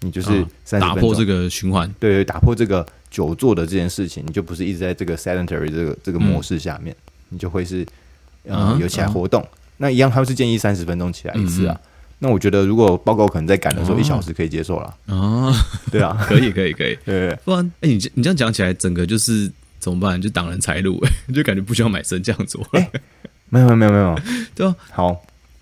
你就是
嗯
三十
打
分
破
钟
这，个循环。
对对，打破这个久坐的这件事情，你就不是一直在这个 sedentary 这个这个模式下面，你就会是呃
嗯嗯
有起来活动。那一样，他们是建议三十分钟起来一次啊。那我觉得，如果报告可能在赶的时候，一小时可以接受啦。
啊，
对啊，
嗯 可以可以可以，
对对
不然哎、你这你这样讲起来，整个就是怎么办？就挡人财路、 就感觉不需要买升降桌
哎
了，
没有没有没有没有，
对啊，
好，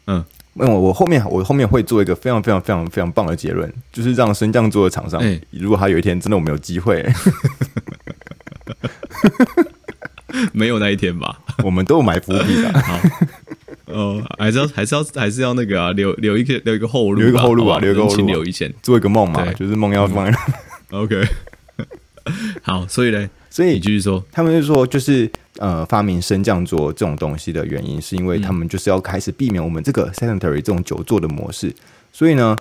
嗯，
那我我后面我后面会做一个非常非常非常非常棒的结论，就是让升降桌的厂商
哎，
如果他有一天真的我们有机 会，
没有那一天 吧？
我们都有埋伏笔的，
哦，还是要还是要还是要那个啊，留留一个留一个后路吧，
留一个后路
好不
啊
好
留一个后路
人
啊
情留一线。
做一个梦嘛，
对嗯
就是梦要放。
OK，好，所以呢，
所以
你继续说，
他们就说，就是呃，发明升降桌这种东西的原因，是因为他们就是要开始避免我们这个 sedentary 这种久坐的模式。所以呢，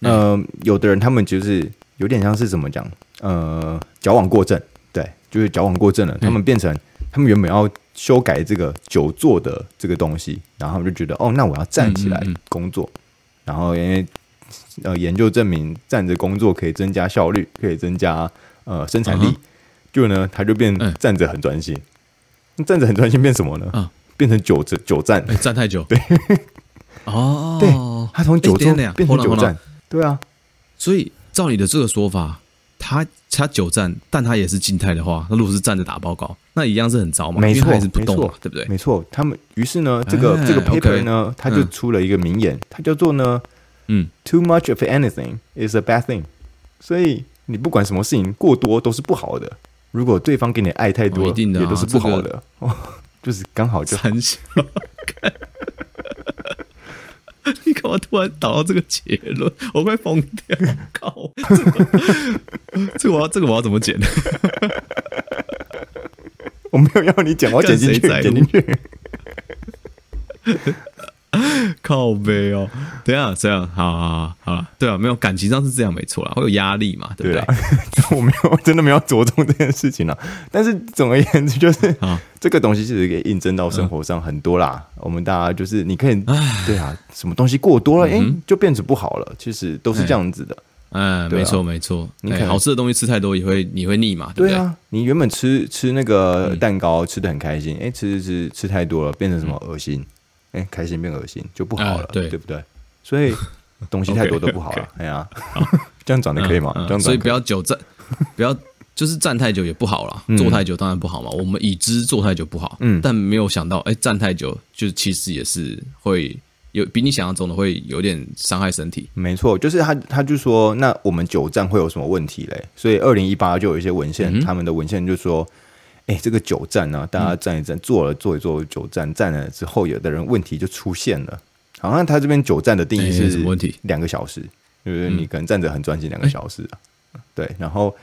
嗯
呃，有的人他们就是有点像是怎么讲，呃，矫枉过正，对，就是矫枉过正
嗯
了。他们变成他们原本要修改这个久坐的这个东西，然后他们就觉得，哦，那我要站起来
嗯嗯嗯
工作，然后因为呃，研究证明站着工作可以增加效率，可以增加呃生产力。
嗯哼
就呢，他就变
嗯
站着很专心。那站着很专心变什么呢？
啊
变成久站久站。
哎、站太久，对， 哦，
对，他从久
哎等一
坐
下等一下
变成久
hold on，hold
站。对啊，
所以照你的这个说法，他他久站，但他也是静态的话，那如果是站着打报告，那一样是很糟嘛，
没
因为
错
他也是，不
没
动嘛
错，，
对不对？
没错，他们于是呢，这个
哎
这个 paper
OK，
呢，他就
嗯
出了一个名言，它叫做呢
嗯，
，too much of anything is a bad thing。所以你不管什么事情过多都是不好的。如果对方给你的爱太多，
哦一定的啊
也都是不好
这
的。哦，就是刚好就
很小。看 你干嘛突然导到这个结论？我快疯掉！靠，这个这个我要这个我要怎么剪？
我没有要你讲，我要剪进去，
看谁在乎
剪进去。
靠背哦，等一下这样，好好好好了，对啊，没有感情上是这样没错啦，会有压力嘛，对不
对
对
啊？， 我没有，我 真的没有着重这件事情啊。但是总而言之，就是
啊
这个东西其实可以印证到生活上很多啦。我们大家就是你可以，对啊，什么东西过多了，哎、就变成不好了。其实都是这样子的。
嗯，
对啊
没错没错，
可
哎
能
好吃的东西吃太多也会你会腻嘛，不
对
对？嗯
啊，你原本吃吃那个蛋糕吃的很开心，哎、吃吃吃吃太多了，变成什么恶心？哎、开心变恶心就不好了，
嗯啊对
不对？所以东西太多都 不好了。哎呀、 这样讲的可以吗？
嗯
这样
所
讲
以
可
不
以。
要久站， 不要就是站太久也不好啦，坐太久当然不好嘛。我们已知坐太久不好，
嗯
但没有想到，哎、站太久就其实也是会有比你想象中的会有点伤害身体。
没错，就是他，他就说，那我们久站会有什么问题嘞？所以二零一八就有一些文献，
嗯
他们的文献就说，哎、这个久站呢、大家站一站，坐了坐一坐，久站站了之后，有的人问题就出现了。好像他这边久站的定义
诶
是
什么问题？嗯
两个小时，就是你可能站着很专心两个小时、啊对，然后，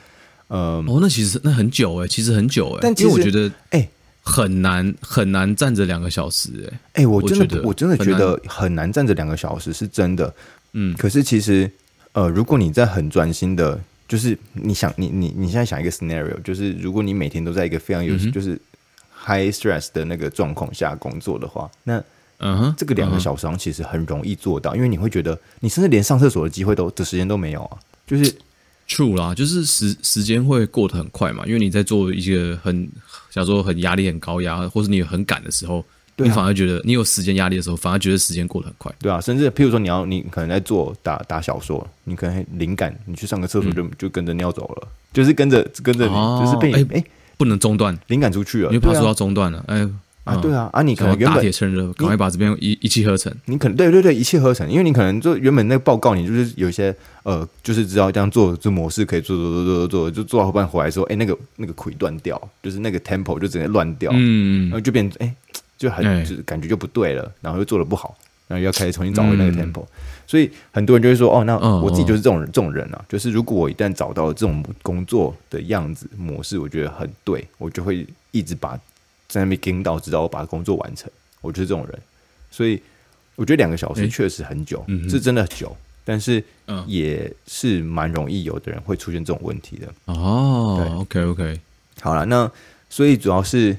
嗯、
哦，那其实那很久哎、其实很久哎、
但其
因
实
为我觉得
哎、
很难很难站着两个小时哎、
哎、我真的
我觉得
我真的觉
很难
得很难站着两个小时，是真的。
嗯
可是其实呃，如果你在很专心的，就是你想你你你现在想一个 scenario，就是如果你每天都在一个非常有、
嗯
就是 high stress 的那个状况下工作的话，那
嗯哼，
这个两个小时好像其实很容易做到，因为你会觉得你甚至连上厕所的机会都的时间都没有啊，就是。
true 啦，就是时时间会过得很快嘛，因为你在做一些很，假如说很压力很高压，或是你很赶的时候，
对啊
你反而觉得你有时间压力的时候，反而觉得时间过得很快。
对啊，甚至譬如说你要你可能在做打打小说，你可能灵感，你去上个
嗯
厕所就、就跟着尿走了，就是跟着跟着你，
哦
就是被哎
哎不能中断，
灵感出去了，
因为怕
对啊
说要中断了。哎、
啊，对啊，啊，你可
想要
能原
打
本
铁趁热，赶快把这边一一气呵成。
你可能对对对一气呵成，因为你可能就原本那个报告，你就是有一些呃，就是知道这样做这模式可以做做做做做，就做到后半回来说，哎，那个那个腿断掉，就是那个 tempo 就整个乱掉，
嗯
然，后就变哎就很
哎
就是感觉就不对了，然后又做的不好，然后又要开始重新找回那个 tempo，、所以很多人就会说，哦，那
嗯
我自己就是这种人、这种人啊，就是如果我一旦找到这种工作的样子模式，我觉得很对，我就会一直把在那边盯到，直到我把工作完成，我就是这种人，所以我觉得两个小时
哎
确实很久，
嗯哼
是真的久，但是
嗯
也是蛮容易有的人会出现这种问题的。
哦，OK OK，
好了，那所以主要是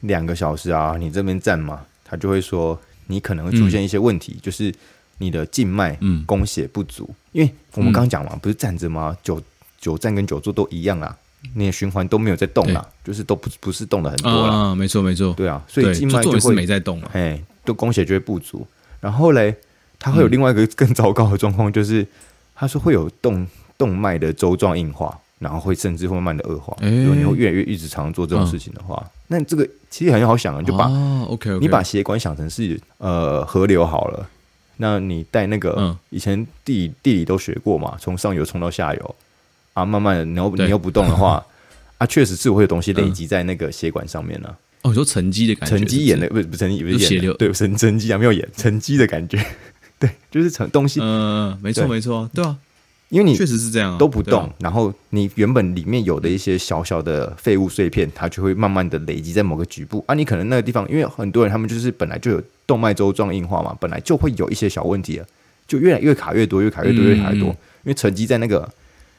两个小时啊，你这边站嘛，他就会说你可能会出现一些问题，就是你的静脉
嗯
供血不足，因为我们
嗯
刚刚讲嘛，不是站着吗？久久站跟久坐都一样啊，你的循环都没有在动啦，就是都不不是动的很多啦，
啊，没错没错，
对啊，所
对，
以静
就
脉
做
就
也是
会
没在动啊了，
哎，都供血就会不足。然后嘞，它
嗯
会有另外一个更糟糕的状况，就是它是会有动动脉的周状硬化，然后会甚至会慢慢的恶化。
哎
如果你会越来越一直常做这种
嗯
事情的话，那这个其实很好想啊，你 就把、
哦 OK OK，
你把血管想成是呃河流好了。那你带那个、
嗯
以前地理地理都学过嘛，从上游冲到下游啊，慢慢的你又
对
你又不动 的话啊，确实是会有东西累
嗯
积在那个血管上面呢、啊
哦，你说沉积的感觉，
沉积眼
是
的不是不是沉积不
就
是
血
眼的，
流
对沉沉积啊没有眼沉积的感觉， 对，就是沉东
不
西
是，，嗯、没错
对
没错，对啊，
因为你
确实是这样、啊，
都不
对啊
动，然后你原本里面有的一些小小的废物碎片，它就会慢慢的累积在某个局部啊，你可能那个地方，因为很多人他们就是本来就有动脉粥状硬化嘛，本来就会有一些小问题了，就越来越卡越多，越卡越多，
嗯
越卡越多，因为沉积在那个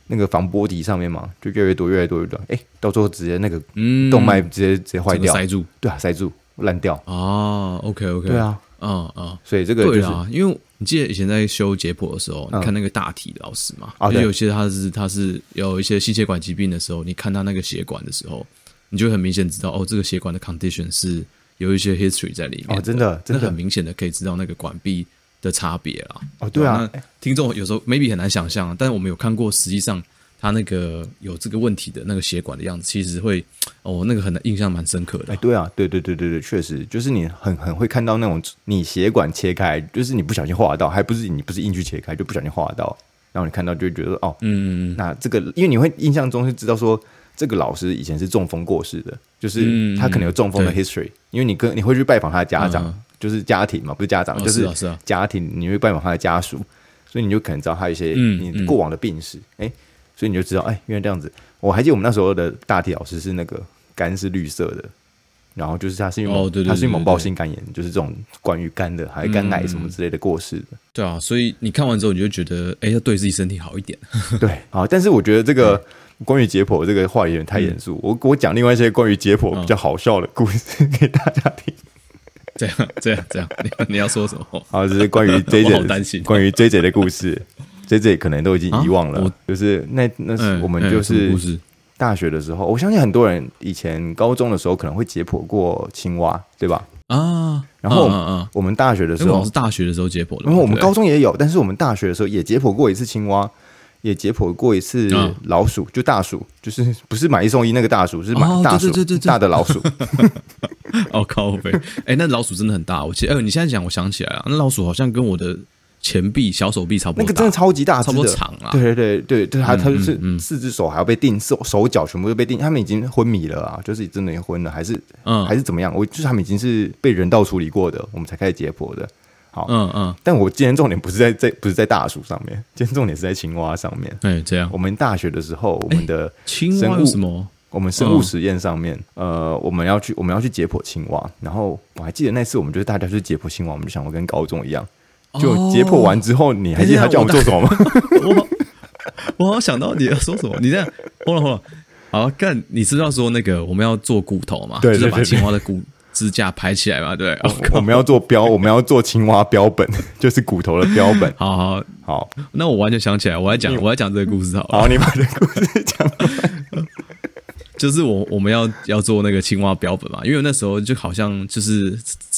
那个防波堤上面嘛，就越来越多，越来越多，越多，哎，到最后直接那个
嗯，
动脉直接直接坏
整个
掉，
塞住
对啊，塞住烂掉，
哦 OK OK，
对，啊，
嗯嗯。
所以这个就
对
是。
啦，因为你记得以前在修解剖的时候，
嗯
你看那个大体老师嘛，
啊
就
对
有些他是他是有一些心血管疾病的时候，你看他那个血管的时候，你就会很明显知道哦，这个血管的 condition 是有一些 history 在里面
哦，真的，真
那
的
很明显的可以知道那个管壁的差别啦。
哦，对啊，
那听众有时候 maybe 很难想象，啊但我们有看过，实际上他那个有这个问题的那个血管的样子，其实会哦，那个很印象蛮深刻的
哎，。对啊，对对对对对，确实，就是你很很会看到那种你血管切开，就是你不小心划到，还不是你不是硬去切开，就不小心划到，然后你看到就会觉得哦，
嗯，
那这个，因为你会印象中是知道说这个老师以前是中风过世的，就是
嗯
他可能有中风的
对
history，、因为你跟你会去拜访他的家长，
嗯
就是家庭嘛，不是家长，
哦
就是
啊是啊
家庭，你会拜访他的家属，所以你就可能知道他一些
嗯
你
嗯
过往的病史，哎、所以你就知道，哎、原来这样子。我还记得我们那时候的大体老师是那个肝是绿色的。然后就是他是因为
哦对对对
他是因
对
为猛暴
对嗯
性肝炎，就是这种关于肝的，还有肝癌什么之类的过世的。
对啊，所以你看完之后，你就觉得，哎，要对自己身体好一点。
对，好，但是我觉得这个关于解剖这个话题有点太严肃，我我讲另外一些关于解
嗯
剖比较好笑的故事给大家听。
这样，这样，这样，你你要说什么？
好，这是 关于 J
我好
J
担心
的关于 J J 的故事，J J 可能都已经遗忘
啊
了
我，
就是那那是
嗯
我们
嗯
就
什么
是
故事
大学的时候，我相信很多人以前高中的时候可能会解剖过青蛙，对吧？
啊。
然后
嗯嗯
我们大学的
嗯，因
时
为我
候
是，大学的时候解剖的嘛，
因为我们
对
高中也有，但是我们大学的时候也解剖过一次青蛙，也解剖过一次
嗯
老鼠，就大鼠，就是不是买一送一那个大鼠，是买
哦
大鼠、
对对对对对
大的老鼠。
哦靠背，哎，那老鼠真的很大。我其实，哎，你现在讲，我想起来了，那老鼠好像跟我的前臂、小手臂差不多
那
大，
个真的超级大只
差
的，
不多长啊。
对对对对对，它它就
嗯
是
嗯嗯
四只手还要被钉，手手脚全部都被钉，他们已经昏迷了啊，就是真的已经昏了，还是
嗯
还是怎么样？我就是他们已经是被人道处理过的，我们才开始解剖的。好，
嗯嗯，
但我今天重点不是在在不是在大鼠上面，今天重点是在青蛙上面。
哎，这样
我。们大学的时候，我们的
青蛙
哦生
有
物
什么？
我们生物
嗯
实验上面，呃，我们要去我们要去解剖青蛙，然后我还记得那次我们就是大家去解剖青蛙，我们就想我跟高中一样，就
哦
解剖完之后，你还记得他
等一下
叫我们做什么吗？
我我好想到你要说什么，你这样，好了好了，好干，你知道说那个我们要做骨头嘛？
对
就是
对
把
对哦
青蛙的骨支架排起来嘛？对， 哦我
我
靠，
们要做标，我们要做青蛙标本，就是骨头的标 本。
好好，
好，
那我完全想起来，我要讲我要讲这个故事好了，
嗯好，你把这个故事讲完。
就是我我们要要做那个青蛙标本嘛，因为那时候就好像就是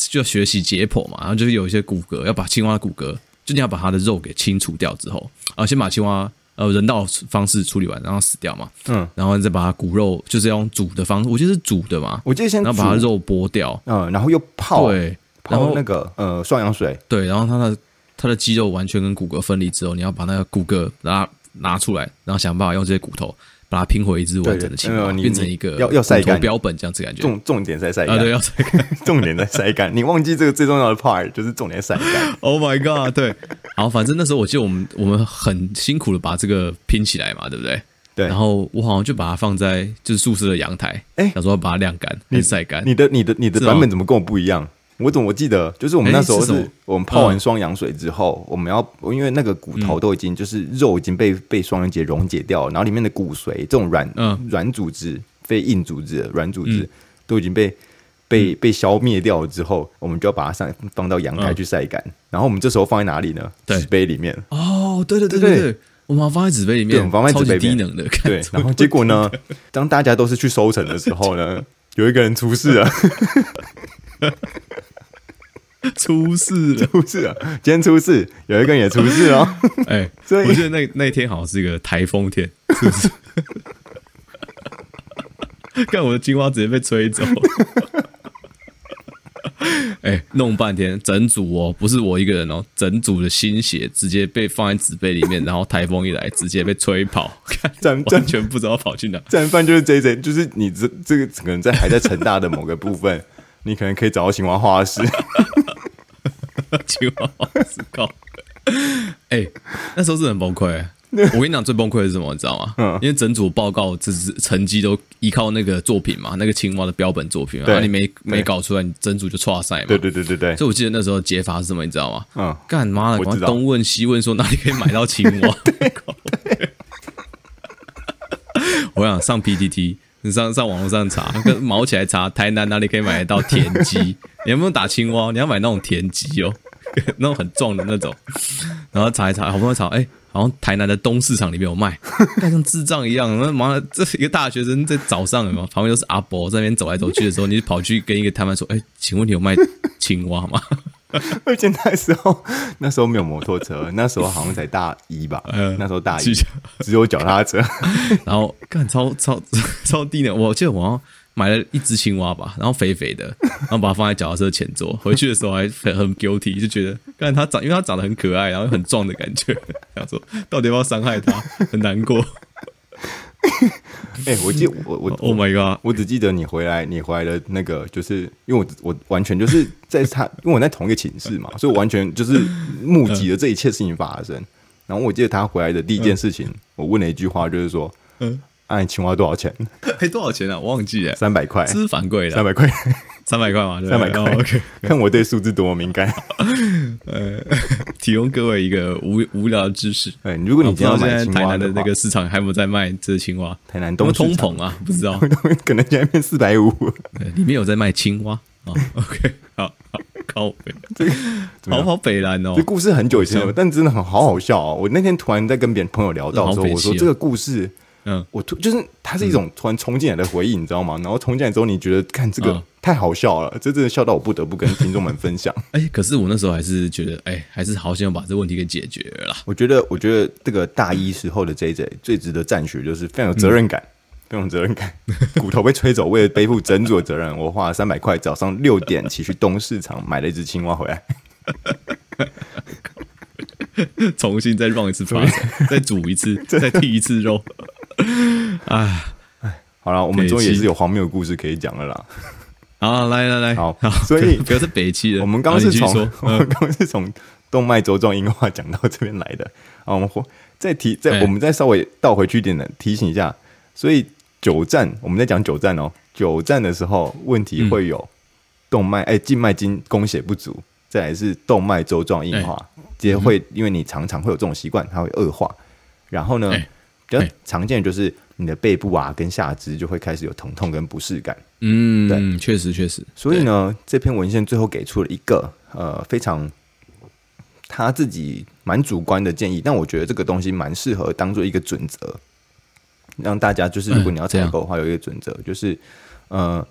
就要学习解剖嘛，然后就是有一些骨骼要把青蛙的骨骼，就你要把它的肉给清除掉之后，啊，先把青蛙呃人道方式处理完，然后死掉嘛，
嗯，
然后再把它骨肉就是要用煮的方式，我记得是煮的嘛，
我记得先
然
煮
后，把它肉剥掉，
嗯，然后又泡，
对，然
泡
后
那个呃双氧水，
对，然后它的它的肌肉完全跟骨骼分离之后，你要把那个骨骼把它拿出来，然后想办法用这些骨头把它拼回一只完整的青
对没
蛙，
有你
变成一个
你要要晒
骨头
干
标本这样子感觉。
重重点在晒
啊，对，
干，
要晒干。
重点在晒干。你忘记这个最重要的 part，就是重点在晒干。
Oh my god！对，然后反正那时候我记得我们我们很辛苦的把这个拼起来嘛，对不对？
对，
然后我好像就把它放在就是宿舍的阳台，
哎
想说把它晾干，
你
晒干。
你的你的你的
是哦
版本怎么跟我不一样？我怎么记得？就是我们那时
哎
候
是什么
是我们泡完双氧水之后，我们要因为那个骨
嗯
头都已经就是肉已经被被双氧解溶解掉了，然后里面的骨髓这种软
嗯
软组织、非硬组织、软组织都已经被被被消灭掉了之后，我们就要把它上放到阳台
嗯
去晒干。然后我们这时候放在哪里呢？
对
纸杯 里面。
哦，对对对
对
对，我们把它放在纸杯里
对我
面，
们放在
超
纸
级
杯里
低
面
能的，
对
看，
然后结果呢？当大家都是去收成的时候呢，有一个人出事了。
出事了。
出事了，今天出事，有一个人也出事哦了。
哎，
所以
我记得那那天好像是一个台风天，是不是？ 看我的青蛙直接被吹走。哎，弄半天，整组哦，不是我一个人哦，整组的新血直接被放在纸杯里面，然后台风一来，直接被吹跑，看
战
完全不知道跑去哪。
战犯就是 J J，就是你这这个可能在还在成大的某个部分， 你可能可以找到青蛙化石。
青蛙是高。哎、那时候是很崩溃。我跟你讲，最崩溃的是什么，你知道吗？
嗯
因为整组报告只是成绩都依靠那个作品嘛，那个青蛙的标本作品嘛，
对
然后你没没
对
搞出来，你整组就错赛嘛。
对对对对对，
所以我记得那时候解法是什么，你知道吗？
嗯
干妈的，
我
赶
知
快
道
东问西问，说哪里可以买到青 蛙？我想上 PTT，你上上网络上查，跟毛起来查台南哪里可以买得到田鸡？你有没有打青蛙？你要买那种田鸡哦， 那种很壮的那种。然后查一查，好不容易查，哎、好像台南的东市场里面有卖，干像智障一样。那妈的，这一个大学生在早上有没有旁边都是阿伯在那边走来走去的时候，你就跑去跟一个摊贩说：“哎、请问你有卖青蛙吗
而且那时候那时候没有摩托车，那时候好像才大一吧，
嗯
那时候大一
是这样
只有脚 踏车。？”
然后干超超超低能，我记得我好像买了一只青蛙吧，然后肥肥的，然后把它放在脚踏车前座。回去的时候还很很 guilty，就觉得干它长，因为它长得很可爱，然后很壮的感觉， 想说到底要不要伤害它，很难过。
哎、我记得我我
Oh my god！
我只记得你回来，你回来的那个，就是因为我我完全就是在他， 因为我在同一个寝室嘛，所以我完全就是目击了这一切事情发生。然后我记得他回来的第一件事情，
嗯
我问了一句话，就是说：“嗯，按、你青蛙多少钱？
哎、多少钱啊？我忘记了，
三 百块，
这是反贵的啊
三，百块，
三百块嘛，对不
三百
对
块。
哦 OK，
看我对数字多么敏感。
提供各位一个无无聊的知识。
哎，如果
我不知
你今天要
道现
买
在
青
台
蛙
南的那
话
个，市场还有没有在卖这青蛙？
台南
有没有
东
通
市场
膨啊，不知道。
可能现在变四百五，
对里面有在卖青蛙啊。OK，好， 好靠北，
怎么
好
样
好北蓝哦
这。故事很久以前了，但真的很好好笑哦！我那天突然在跟别人朋友聊到的时候，
这好
我
北齐哦
说这个故事，
嗯，
我突就是它是一种突然冲进来的回忆，你知道吗？然后冲进来之后，你觉得看这个
嗯
太好笑了，这真的笑到我不得不跟听众们分享。
哎、可是我那时候还是觉得，哎、还是好想把这问题给解决了啦。
我觉得，我觉得这个大一时候的 J J 最值得赞许，就是非常有责任感，非常有责任感。 骨头被吹走，为了背负整组的责任，我花了三百块，早上六点起去东市场买了一只青蛙回来。
重新再 run 一次发展， 再煮一 次，再剔一次肉。哎，
好了，我们终于
北
也
齐
是有荒谬的故事可以讲了啦。
好，来来来，
好所
不
以
要不要再北气了。
我们刚
好
刚是
你继续
从、
说，
我 们刚刚是从动脉粥状硬化讲到这边来的啊，我们回再提再
哎
我们再稍微倒回去一点的提醒一下，所以久站我们在讲久站哦，久站的时候问题会
嗯
有动脉哎静脉经供血不足，再来是动脉粥状硬化，
哎
直接
嗯
会因为你常常会有这种习惯，它会恶化，然后呢
哎
比较
哎
常见的就是你的背部啊跟下肢就会开始有疼痛跟不适感。
嗯，确实确实，
所以呢，这篇文献最后给出了一个呃非常他自己蛮主观的建议，但我觉得这个东西蛮适合当做一个准则，让大家就是如果你要
嗯这
采
样
购的话，有一个准则、就是呃，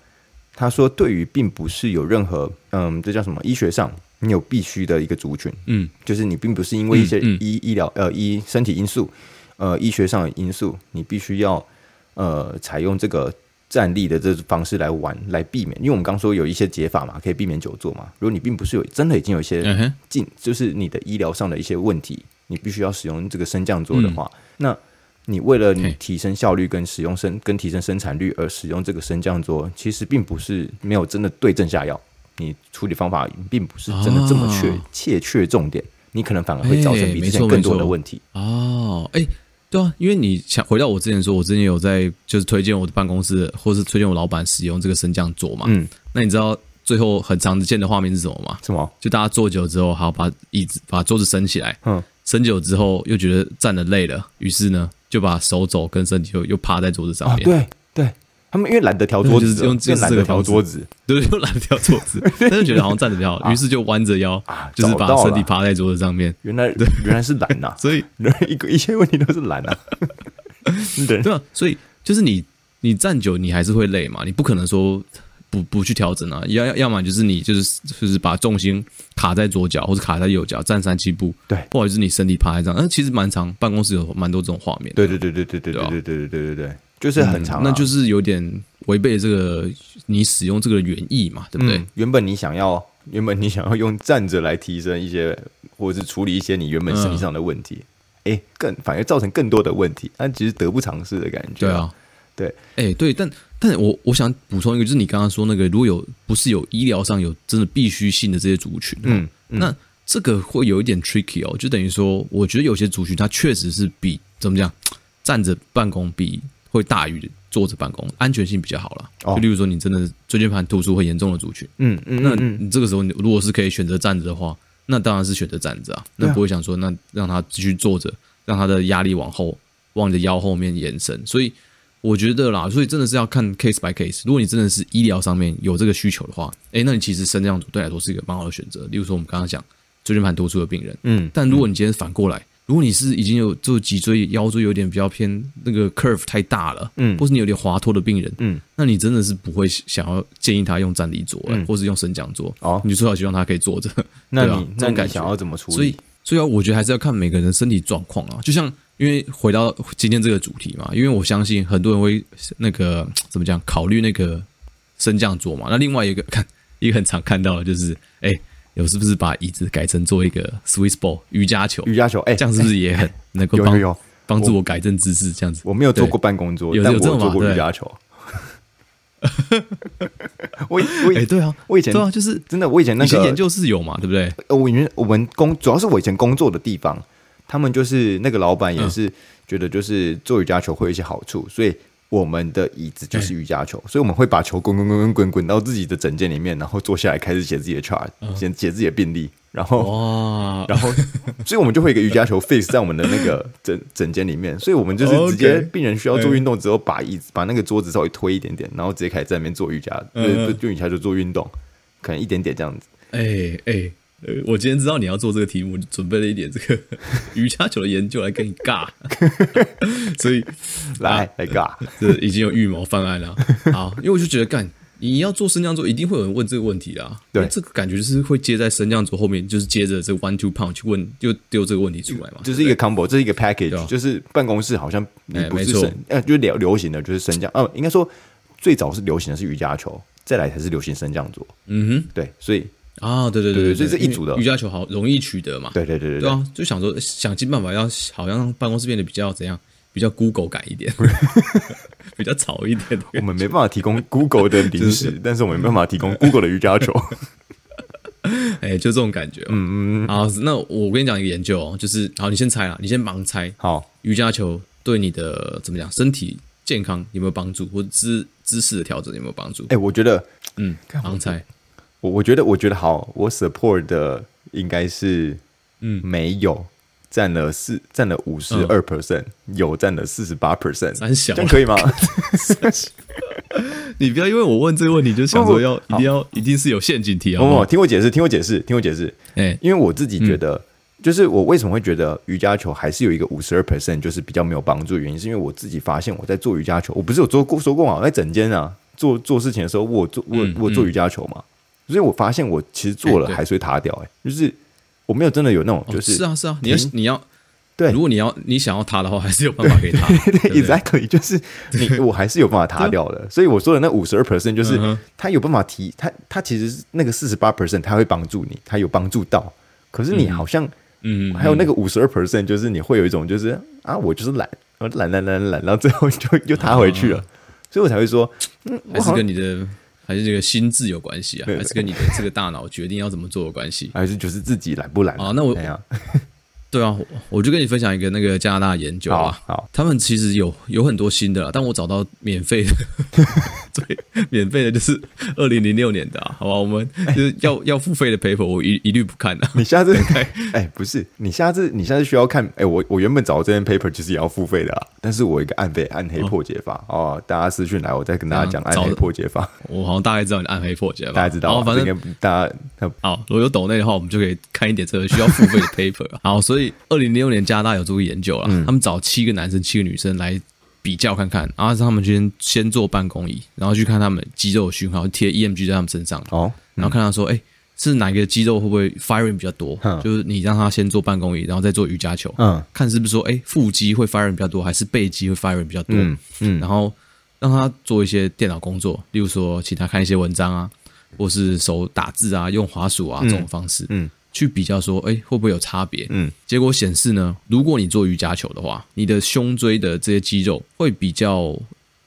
他说对于并不是有任何嗯，这叫什么医学上你有必须的一个族群，
嗯，
就是你并不是因为一些
嗯嗯
医、医疗呃医身体因素，呃医学上的因素，你必须要呃采用这个站立的这种方式来玩来避免，因为我们刚说有一些解法嘛，可以避免久坐嘛。如果你并不是有真的已经有一些
嗯哼，
进，就是你的医疗上的一些问题，你必须要使用这个升降桌的话，
嗯
那你为了你
嘿
提升效率跟使用生跟提升生产率而使用这个升降桌，其实并不是没有真的对症下药，你处理方法并不是真的这么确、
哦
切确重点，你可能反而会造成
哎
比之
没错
前更多
没
的
错
问题。
哦，哎、对啊，因为你想回到我之前说，我之前有在就是推荐我的办公室，或是推荐我老板使用这个升降桌嘛。
嗯，
那你知道最后很常见的画面是什么吗？
什么？
就大家坐久之后，好把椅子把桌子升起来，
嗯，
伸久之后又觉得站的累了，于是呢就把手肘跟身体又又趴在桌子上
啊，
面，
对对，他们因为懒得调桌
就
子
是
了，
用就是
因为懒
这个
得调
方式
桌子，
对，又懒得掉桌 子，但是觉得好像站着比较好，于是就弯着腰
啊，
就是
找
把
到
身体
了
趴在桌子上面。
原来原来是懒呐、
所以
人一个一切问题都是懒啊，人
对啊，所以就是你你站久你还是会累嘛，你不可能说不不去调整啊，要要要么就是你就是就是把重心卡在左脚或者卡在右脚站三七步，
对
或者是你身体趴在这样，呃那其实蛮常办公室有蛮多这种画面的，
对对对对对对
对啊
对对对对对对，就是很长、啊
那就是有点违背这个你使用这个原意嘛，对不对？
嗯，原本你想要，原本你想要用站着来提升一些，或者是处理一些你原本身体上的问题，
嗯
哎、更反而造成更多的问题，但其实得不偿失的感觉。
对，啊，
对，
哎、对，但但我我想补充一个，就是你刚刚说那个，如果有不是有医疗上有真的必须性的这些族群，哦
嗯，嗯
那这个会有一点 tricky 哦，就等于说，我觉得有些族群它确实是比怎么讲，站着办公比会大于坐着办公，安全性比较好啦。
哦
就例如说，你真的椎间盘突出很严重的族群，
嗯嗯
那
嗯
你这个时候你如果是可以选择站着的话，那当然是选择站着啊，
对啊
那不会想说那让他继续坐着，让他的压力往后往你的腰后面延伸。所以我觉得啦，所以真的是要看 case by case。如果你真的是医疗上面有这个需求的话，诶，那你其实升降组对来说是一个蛮好的选择。例如说我们刚刚讲椎间盘突出的病人，
嗯，
但如果你今天反过来，如果你是已经有就脊椎、腰椎有点比较偏那个 curve 太大了，
嗯
或是你有点滑脱的病人，
嗯，
那你真的是不会想要建议他用站立桌、欸
嗯
或是用升降桌，
哦
你就最好希望他可以坐着。
那
对啊
你、
这
那
种
你
感觉
想要怎么处理？
所以，所以啊，我觉得还是要看每个人的身体状况啊。就像因为回到今天这个主题嘛，因为我相信很多人会那个怎么讲，考虑那个升降桌嘛。那另外一个 看一个很常看到的就是，哎、有是不是把椅子改成做一个 Swiss ball 瑜伽球？
瑜伽球，哎、
这样是不是也很能够
有
帮
有有
帮助我改正姿势？这样子，
我没有做
对
过办公桌
有，
但
有
我
这种
做
嘛
过
对
瑜伽球。 我以我以
哎、对啊，
我以前
对啊，就是
真的，我以前那
以前
个
研究室有嘛，对不对？
呃，我原我们工主要是我以前工作的地方，他们就是那个老板
嗯
也是觉得就是做瑜伽球会有一些好处，所以我们的椅子就是瑜伽球，所以我们会把球滚滚滚滚滚滚到自己的整间里面，然后坐下来开始写自己
嗯
的 chart，写写自己的病历，然
哦
后
哇，
然后 所以我们就会有一个瑜伽球 fix 在我们的那个整整间里面，所以我们就是直接
哦 OK
病人需要做运动之后，把椅子把那个桌子稍微推一点点，然后直接开始在那边做瑜伽，
嗯嗯
对，就瑜伽就做运动，可能一点点这样子。
哎哎、呃我今天知道你要做这个题目，准备了一点这 个瑜伽球的研究来跟你尬， 所以
来来嘎，
这已经有预谋方案了。好，因为我就觉得干。你要做升降桌，一定会有人问这个问题啦。
对
因为这个感觉就是会接在升降桌后面，就是接着这个 one two pound 去问，就丢这个问题出来嘛。
就是一个 combo，这是一个 package，、
啊
就是办公室好像你
哎
不
没
是
错
升，呃，就是流流行的就是升降，呃，应该说最早是流行的是瑜伽球，再来才是流行升降桌，
嗯
对，所以
哼，啊，对对
对
对
所以这一组的
因为瑜伽球好容易取得嘛。
对对对对
对啊，就想说想尽办法要好像让办公室变得比较怎样，比较 Google 感一 点，比较潮一点的
我们没办法提供 Google 的零食，但是我们没办法提供 Google 的瑜 伽球，
哎、就这种感觉、嗯嗯。好，那我跟你讲一个研究哦，就是好，你先猜啦，你先盲猜
好，
瑜伽球对你的怎么讲身体健康有没有帮助，或者姿姿势的调整有没有帮助？
哎、我觉得
嗯，盲猜
我我觉得我觉得好，我 support 的应该是
嗯
没有。占了四，占了五十二 percent，有占了四十八 percent，
三小
这 样可以吗？
你不要因为我问这个问题就想
不不
说要一定要一定是有陷阱题好
不
不
不，
好？
听我解释，听我解释，听我解释。
哎、
因为我自己觉得，就是我为什么会觉得瑜伽球还是有一个五十二 percent 就是比较没有帮助，原因是因为我自己发现我在做瑜伽球，我不是有做过说过嘛，我在整间啊做做事情的时候，我有做我有
嗯
我有做瑜伽球嘛，所以我发现我其实做了
哎对
还是会塌掉、哎，就是我没有真的有那种
哦、
就是是、
啊是啊，你要
停
你要
对
如果你要你想要他的话，还是有办法给他， 对
对
不对
exactly，就是你我还是有办法塌掉的，所以我说的那五十二 percent 就是
嗯哼
他有办法提他他其实是那个四十八 percent 他会帮助你，他有帮助到，可是你好像。
嗯，
还有那个五十二 percent，就是你会有一种就是啊，我就是懒，我懒懒懒懒，然后最后 就又塌回去了，所以我才会说，嗯，
啊
我
还是
好像
跟你的还是这个心智有关系啊，
对对
还是跟你的这个大脑决定要怎么做有关系。
还是就是自己懒不懒
啊那我
哎呀，
对啊，我我就跟你分享一个那个加拿大研究
好
啊，
好
他们其实有有很多新的啦，但我找到免费的最免费的就是二零零六年的、啊，好吧？我们就是要、要付费的 paper，我一一律不看的、啊。
哎 你下次哎、不是，你下次你下次需要看哎、我我原本找这篇 paper 其实也要付费的、啊，但是我有一个暗黑暗黑破解法哦大家私讯来，我再跟大家讲
嗯
暗黑
找
破解法，
我好像大概知道你暗黑破解吧，
大家知道
然
啊，
后反正
这应该大家
好，如果有抖内的话，我们就可以看一点这个需要付费的 paper。好，啊所以二零零六年加拿大有做个研究
嗯
啦，他们找七个男生、七个女生来比较看看，然后让他们先先做办公椅，然后去看他们肌肉的讯号，贴 EMG 在他们身上，
哦，
然后看他说，哎、是哪个肌肉会不会 firing 比较多
嗯？
就是你让他先做办公椅，然后再做瑜伽球，
嗯
看是不是说，哎、腹肌会 firing 比较多，还是背肌会 firing 比较多？
嗯嗯
然后让他做一些电脑工作，例如说请他看一些文章啊，或是手打字啊，用滑鼠啊这种方式，
嗯
去比较说，哎、会不会有差别？
嗯，
结果显示呢，如果你做瑜伽球的话，你的胸椎的这些肌肉会比较。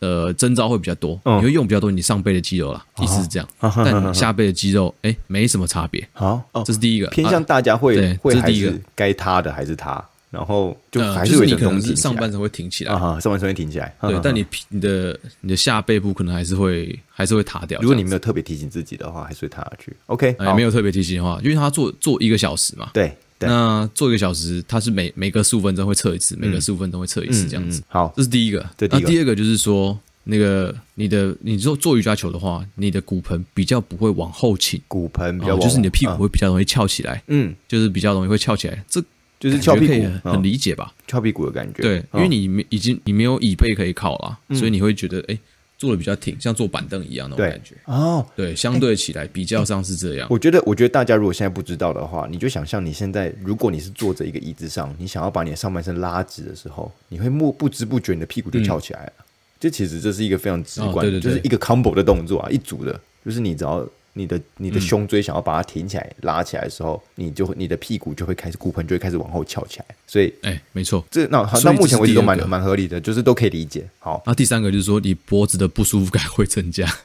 呃，征兆会比较多，
嗯哦
你会用比较多你上背的肌肉啦，意思是这样。但你下背的肌肉，哎、没什么差别，
好哦
这，是第一个。
偏
啊
向大家会
对
会
这是
还
第一个
是该他的还是他，然后就
呃
还
就是
有
你
点
可能
东西
是上半身会挺起来，
啊哈，上半身会挺起来，
对
嗯，
但你皮你的你的下背部可能还是会还是会塌掉。
如果你
这样
没有特别提醒自己的话，还是会踏下去。OK，
哎
好
没有特别提醒的话，因为他做做一个小时嘛，
对对，
那做一个小时，他是每每隔十五分钟会测一次，每隔十五分钟会测一次这样子
嗯。好
这是第一个。
这第一个
那第二个就是说，那个你的你做做瑜伽球的话，你的骨盆比较不会往后倾，
骨盆比较
哦
往
就是你的屁股
嗯
会比较容易翘起来，
嗯，
就是比较容易会翘起来。这
就是
感觉
翘屁
可以
股，
很
嗯
理解吧？
翘屁股的感觉。
对，因为
嗯
你没已经你没有椅背可以靠了，所以你会觉得哎、诶坐的比较挺，像坐板凳一样那种
对
感觉。
哦，
对，相对起来比较上是这样。
我觉得，我觉得大家如果现在不知道的话，你就想象你现在，如果你是坐着一个椅子上，你想要把你的上半身拉直的时候，你会莫不知不觉你的屁股就翘起来了。这其实这是一个非常直
嗯
观的，
哦对对对
就是一个 combo 的动作啊，一组的，就是你只要你的你的胸椎想要把它挺起来、拉起来的时候，你就会你的屁股就会开始骨盆就会开始往后翘起来，所以
哎、没错。
这那好，
所
那
以这
目前
是
为止
第
都
二
蛮
个
蛮合理的，就是都可以理解。好，
那第三个就是说，你脖子的不舒服感会增加。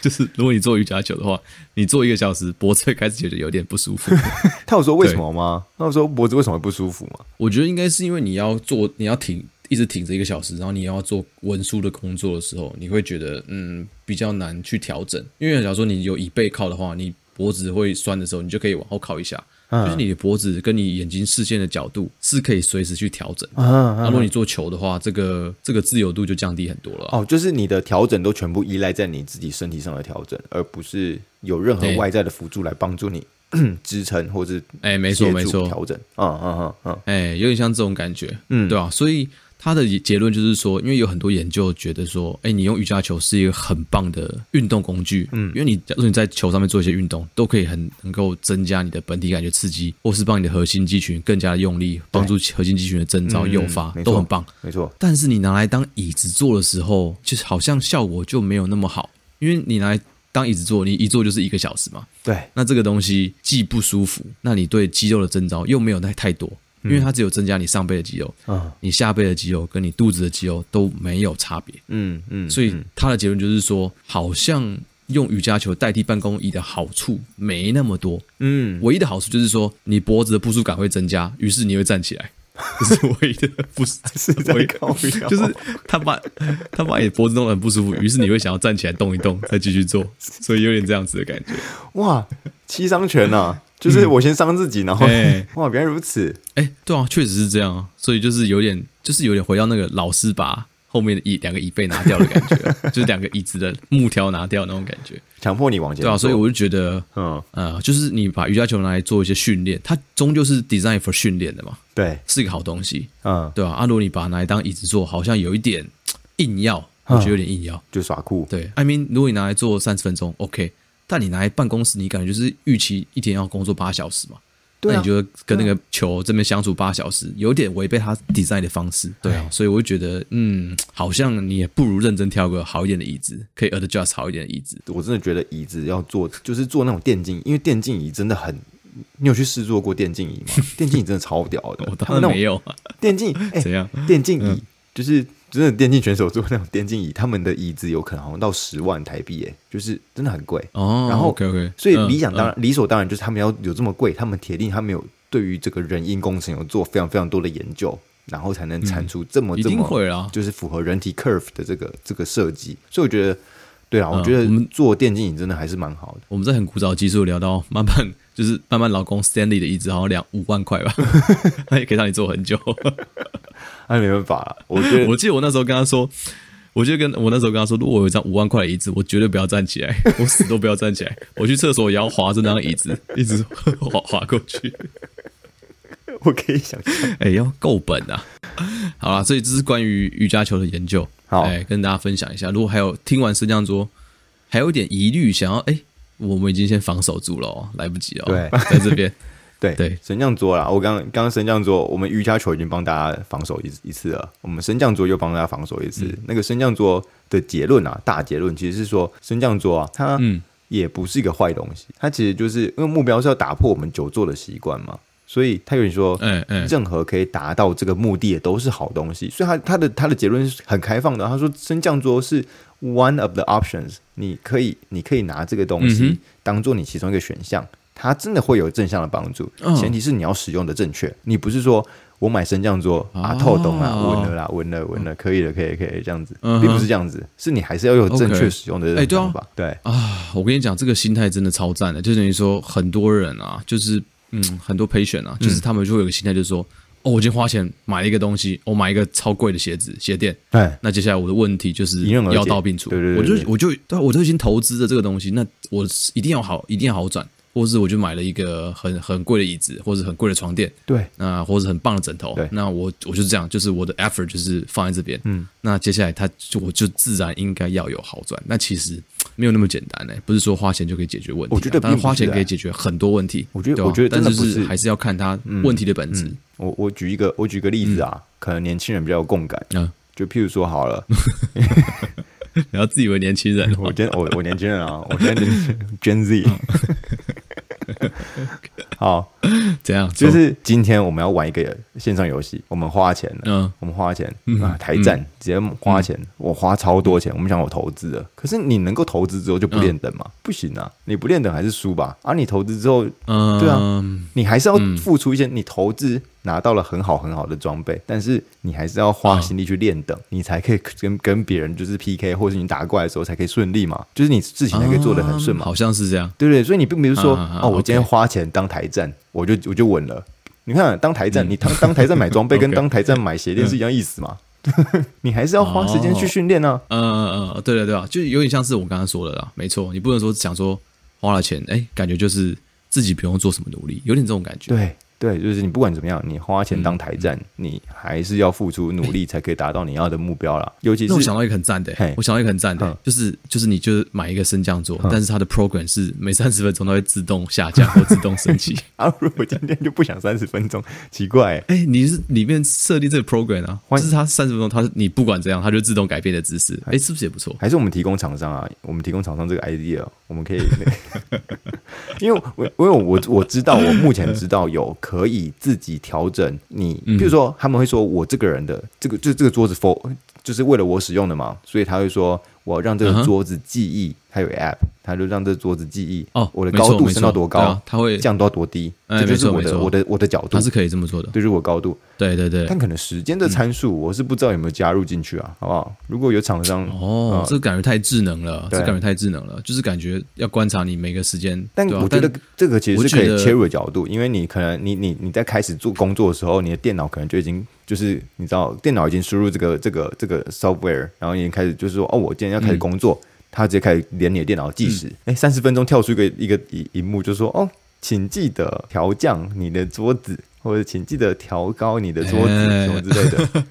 就是如果你做瑜伽球的话，你做一个小时，脖子会开始觉得有点不舒服。
他有说为什么吗？他有说脖子为什么会不舒服吗？
我觉得应该是因为你要做，你要挺，一直挺着一个小时，然后你要做文书的工作的时候，你会觉得嗯比较难去调整。因为假如说你有椅背靠的话，你脖子会酸的时候，你就可以往后靠一下，
嗯
就是你的脖子跟你眼睛视线的角度是可以随时去调整。
啊
那、如果你做球的话，这个这个自由度就降低很多了啊。
哦，就是你的调整都全部依赖在你自己身体上的调整，而不是有任何
对
外在的辅助来帮助你 支撑或是
哎没错
协助
没错
调整。嗯嗯嗯嗯，
哎，有点像这种感觉，嗯，对吧、所以他的结论就是说，因为有很多研究觉得说，哎，你用瑜伽球是一个很棒的运动工具，嗯，因为你假如你在球上面做一些运动，都可以很能够增加你的本体感觉刺激，或是帮你的核心肌群更加的用力，帮助核心肌群的征兆、诱发
嗯没，错
都很棒。
没错。
但是你拿来当椅子坐的时候，就是好像效果就没有那么好，因为你拿来当椅子坐，你一坐就是一个小时嘛，
对，
那这个东西既不舒服，那你对肌肉的征兆又没有太太多，因为它只有增加你上背的肌肉，
嗯
你下背的肌肉跟你肚子的肌肉都没有差别，
嗯嗯，
所以他的结论就是说，好像用瑜伽球代替办公椅的好处没那么多，
嗯
唯一的好处就是说你脖子的不舒服感会增加，于是你会站起 来。这是唯一的不是
是在
唯一
靠腰
就是他把他把你脖子弄得很不舒服，于是你会想要站起来动一动，再继续做，所以有点这样子的感觉。
哇，七伤拳 啊，就是我先伤自己，然后
哎
哇，原来如此。
哎、对啊，确实是这样啊，所以就是有点，就是有点回到那个老师把后面的椅两个椅背拿掉的感 觉，啊就是两个椅子的木条拿掉那种感觉，
强迫你往前
对啊，
走，
所以我就觉得，
嗯，
呃，就是你把瑜伽球拿来做一些训练，它终究是 design for 训练的嘛，
对，
是一个好东西，
嗯，
对啊，阿、啊、如果你把它拿来当椅子做，好像有一点嘖硬要，我觉得有点硬要，
就耍酷，
对，I mean，如果你拿来做三十分钟，OK，但你拿来办公室，你感觉就是预期一天要工作八小时嘛。
对啊啊
那你觉得跟那个球这边相处八小时，有点违背他 design 的方式，对啊，所以我就觉得，嗯，好像你也不如认真挑个好一点的椅子，可以 adjust 好一点的椅子。
我真的觉得椅子要做，就是做那种电竞，因为电竞椅真的很。你有去试坐过电竞椅 吗？电竞椅真的超屌的，
我
他
当然
们那种
没有啊，
电竞，哎、
怎样？嗯
电竞椅、就是真的电竞选手坐那种电竞椅，他们的椅子有可能好像到十万台币，哎，就是真的很贵。
哦，嗯
然后
OK OK，
所以理想当然、理所当然就是他们要有这么贵，他们铁定他们有对于这个人因工程有做非常非常多的研究，然后才能产出这么、
一
这
定
么
会啊
就是符合人体 curve 的这个这个设计。所以我觉得对啊，我
嗯
觉得
我们
做电竞椅真的还是蛮好的。
我们在很古早的技术聊到慢慢 就是慢慢老公 Stanley 的椅子好像两五万 块吧，他也可以让你坐很久。
那、哎没办法啦，啊我觉得
我记得我那时候跟他说，我就跟我那时候跟他说，如果我有一张五万块的椅子，我绝对不要站起来，我死都不要站起来，我去厕所也要滑着那张椅子，一直滑滑过去。
我可以想象。
哎、要够本啊！好啦，所以这是关于瑜伽球的研究，
好
哎、跟大家分享一下。如果还有听完升降桌还有一点疑虑，想要哎、我们已经先防守住了、哦，来不及了、哦，
对
在这边。
对
对
升降桌啦，我刚刚刚升降桌，我们瑜伽球已经帮大家防守一一次了，我们升降桌又帮大家防守一
嗯
次。那个升降桌的结论啊，大结论其实是说，升降桌啊，它
嗯
也不是一个坏东西，它其实就是因为目标是要打破我们久坐的习惯嘛，所以它有点说，
哎哎
任何可以达到这个目的的都是好东西。所以他他的他的结论是很开放的，他说升降桌是 one of the options，你可以你可以拿这个东
嗯
西当做你其中一个选项，它真的会有正向的帮助
嗯，
前提是你要使用的正确，你不是说。我买升降桌啊，
哦
透懂啦，稳了啦，稳了，稳了，可以了，可以了，可以了，这样子，
嗯哼
并不是这样子，是你还是要有正
OK
确使用的
哎对啊
方法，对，
啊，我跟你讲，这个心态真的超赞的，就等于说很多人啊，就是嗯，很多 patient 啊，就是他们就会有个心态，就是说，哦，我今天花钱买了一个东西，我买一个超贵的鞋子鞋垫，
哎，
那接下来我的问题就是
迎刃而解
药到病除，
对对对对
我就我就对啊，我都已经投资了这个东西，那我一定要好，一定要好转，或是我就买了一个很很贵的椅子，或是很贵的床垫，
对，
那、或者很棒的枕头
对，
那我我就是这样，就是我的 effort 就是放在这边，嗯，那接下来它就我就自然应该要有好转。那其实没有那么简单呢、不是说花钱就可以解决问题啊、
我觉得
当然
并不是
花钱
啊
可以解决很多问题，
我觉得
对吧
我觉得
但
真的
是就
不
是
是嗯
还是要看它问题的本质，
我我举一个我举个例子啊，可能年轻人比较有共感，
嗯
就譬如说好了，
不要自以为年轻人，
我今天我我年轻人啊，我 现在 Gen Z，好，
怎样？
就是今天我们要玩一个线上游戏，我们花钱了，
嗯
我们花钱啊，台战直接花钱，我花超多钱，我们想我投资的，可是你能够投资之后就不
嗯
练等嘛？不行啊，你不练等还是输吧？啊，你投资之后
嗯，
对啊，你还是要付出一些，你投资拿到了很好很好的装备，但是你还是要
嗯
花心力去练等，你才可以跟跟别人就是 PK，或是你打怪的时候才可以顺利嘛，就是你事情才可以做得很顺嘛，
嗯啊好像是这样。
对不对？所以你并不是说
啊啊啊
哦，我今天花钱当台战，我就我就稳了。你看当台战，你当当台战 买装备跟
嗯 OK 嗯
当台战买鞋垫是一样意思嘛？ 你还是要花时间去训练啊。
嗯嗯嗯，对了对啊，就有点像是我刚刚说的啦，没错，你不能说想说花了钱，哎，感觉就是自己不用做什么努力，有点这种感觉。
对对，就是你不管怎么样，你花钱
嗯
当台战，你还是要付出努力才可以达到你要的目标啦。尤其
那我
是
想到一个很赞的、欸
嘿
我想到一个很赞的、
嗯
就是就是你就是买一个升降桌，但是它的 program 是每三十分钟它会自动下降或自动升 起。
啊，如果今天就不想三十分钟，奇怪欸，
哎、你是里面设定这个 program 啊，就
欢
是它三十分钟，它你不管怎样，它就自动改变的姿势。哎、是不是也不错？
还是我们提供厂商啊？我们提供厂商这个 idea，我们可以 那个，因为我因为我我知道，我目前知道有可以自己调整你，
嗯
比如说他们会说我这个人的这个就这个桌子 for 就是为了我使用的嘛，所以他会说我要让这
嗯
个
哼
桌子记忆，它有 app，他就让这桌子记忆
哦
我的
没错
高度
没
升到
错
多
对
高
啊，它会
降到多低，
哎
这就
没
是
错
我
没
的
错
我的我的角度
它，是可以这么做的。
这就是我高度，
对对对嗯
但。可能时间的参数，我是不知道有没有加入进去啊，好不好？如果有厂商，
哦，这感觉太智能了，这
嗯对
感觉太智能了，就是感觉要观察你每个时间。
但
对啊
我觉得这个其实是可
我觉
以
得
切入的角度，因为你可能你你你在开始做工作的时候，你的电脑可能就已经就是你知道，电脑已经输入这个这个这个 software，然后已经开始就是说哦，我今天要开始工作，它直接开始连你的电脑计
嗯
时，哎、三十分钟跳出一个一个一一幕，就说哦，请记得调降你的桌子，或者请记得调高你的桌子、
哎
什么之类的。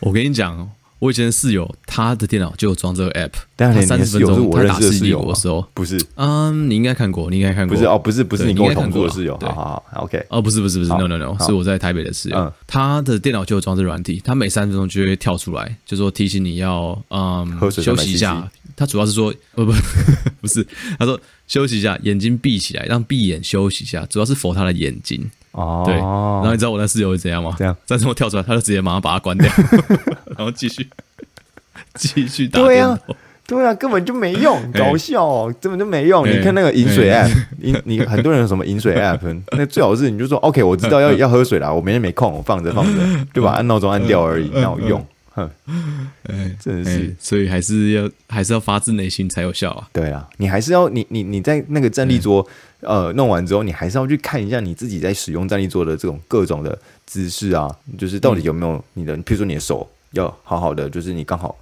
我跟你讲，哦我以前的室友他的电脑就有装这个 app，
但
他
是你
三
的
十
室
分
友是
钟
我
他
认
打
识的
世
室
纪
友啊
国
吗
的时候，
不是
嗯，你应该看过，你应该看过，
不是哦，不是不是
对
你跟我
应该
同
看
住
过
的
啊
室友，
对
好好好，OK，
哦，不是不是不是
好
，no no no，
好
是我在台北的室友，
嗯
他的电脑就有装这软体，他每三分钟就会跳出来，就说提醒你要嗯
喝水
休息一
300
下
cc。
他主要是说，呃不 不不是，他说休息一下，眼睛闭起来，让闭眼休息一下，主要是否他的眼睛。
哦，
对，然后你知道我那室友是怎样吗？
怎样
但是我跳出来，他就直接马上把它 关掉，然后继续继续打
对
电
啊
动。
对啊，根本就没 用，
哎
搞笑哦，根本就没用。
哎
你看那个饮水
哎
app，饮你很多人有什么饮水 app，那最好 是你就说 OK，我知道要要喝水啦，我明天没空，我放着放着，对吧？按闹钟按掉而已，那有用？哼，
哎，
真的是
哎所以还是要还是要发自内心才有效啊。
对啊，你还是要你你你在那个站立桌、呃弄完之后，你还是要去看一下你自己在使用站立桌的这种各种的姿势啊，就是到底有没有你的，譬如说你的手要好好的，就是你刚好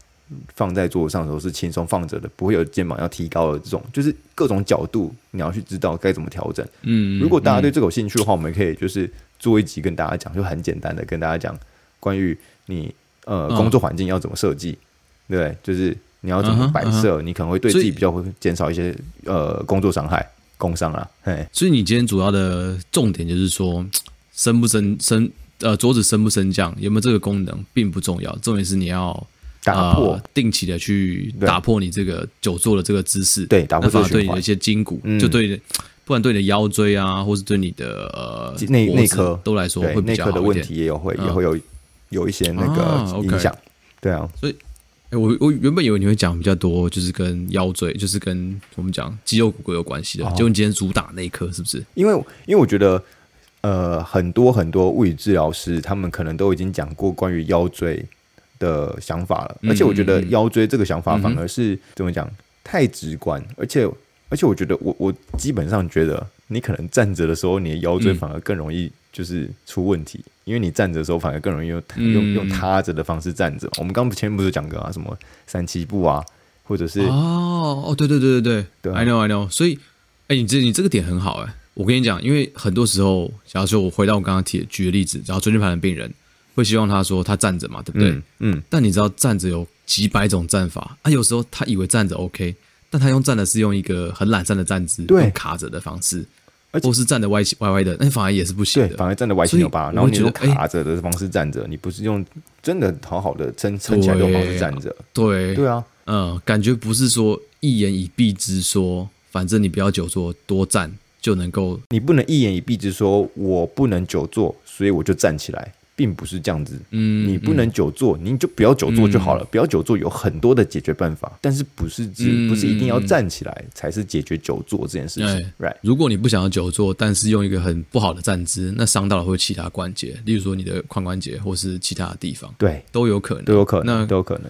放在桌上的时候是轻松放着的，不会有肩膀要提高的这种，就是各种角度你要去知道该怎么调整。
嗯，
如果大家对这个有兴趣的话，我们可以就是做一集跟大家讲，就很简单的跟大家讲关于你呃
嗯
工作环境要怎么设计，对不对，就是你要怎么摆
嗯
设，你可能会对
所
自
以
己比较会减少一些呃工作伤害、工伤啊，嘿，
所以你今天主要的重点就是说，升不升升呃桌子升不升降有没有这个功能并不重要，重点是你要
打破
呃、定期的去
对
打破你这个久坐的这个姿势，
对打破
那反而
这个
对
循环
你的一些筋骨，
嗯
就对你的，不管对你的腰椎啊，或是对你的呃
内
脖子
内科
都来说
对
会比
内
较
科的
好一
问
点。
题也有会也
嗯
会有有一些那
啊
个
，OK
影响，对啊，
诶哎我我原本以为你会讲比较多，就是跟腰椎，就是跟我们讲肌肉骨骼有关系的，
哦
结果你今天主打内科是不是？
因为因为我觉得，呃，很多很多物理治疗师他们可能都已经讲过关于腰椎的想法了，
嗯
而且我觉得腰椎这个想法
嗯嗯
反而是、怎么讲太直观，而且而且我觉得我我基本上觉得你可能站着的时候，你的腰椎
嗯
反而更容易就是出问题，因为你站着的时候反而更容易用
嗯
用用趴着的方式站着。我们刚前面不是讲过啊，什么三七步啊，或者是、
哦哦，对对对对对
对啊
，I know I know。所以，哎、你这你这个点很好哎、我跟你讲，因为很多时候，假如说我回到我刚刚提举的例子，然后椎间盘的病人会希望他说他站着嘛，对不对？
嗯嗯
但你知道站着有几百种站法啊，有时候他以为站着 OK，但他用站的是用一个很懒散的站姿，
对
用卡着的方式，
而且
或是站的歪七歪歪的，那反而也是不行
对，
的。
反而站得歪七
所以
扭八，
我
然后
会
你
觉
用
得哎
卡着的方式站着，你不是用真的好好的撑撑起来的方式站着。
对
对啊，
嗯，感觉不是说一言以蔽之说，反正你不要久坐，多站就能够
你不能一言以蔽之说我不能久坐，所以我就站起来，并不是这样子。
嗯
你不能久坐，你就不要久坐就好了。不要久坐有很多的解决办法，但是不是只
嗯哎
不是一定要站起来才是解决久坐这件事情，right？
如果你不想要久坐，但是用一个很不好的站姿，那伤到了会其他关节，例如说你的髋关节或是其他的地方
对，啊
都有可能。
都有可
那
能，都有可能。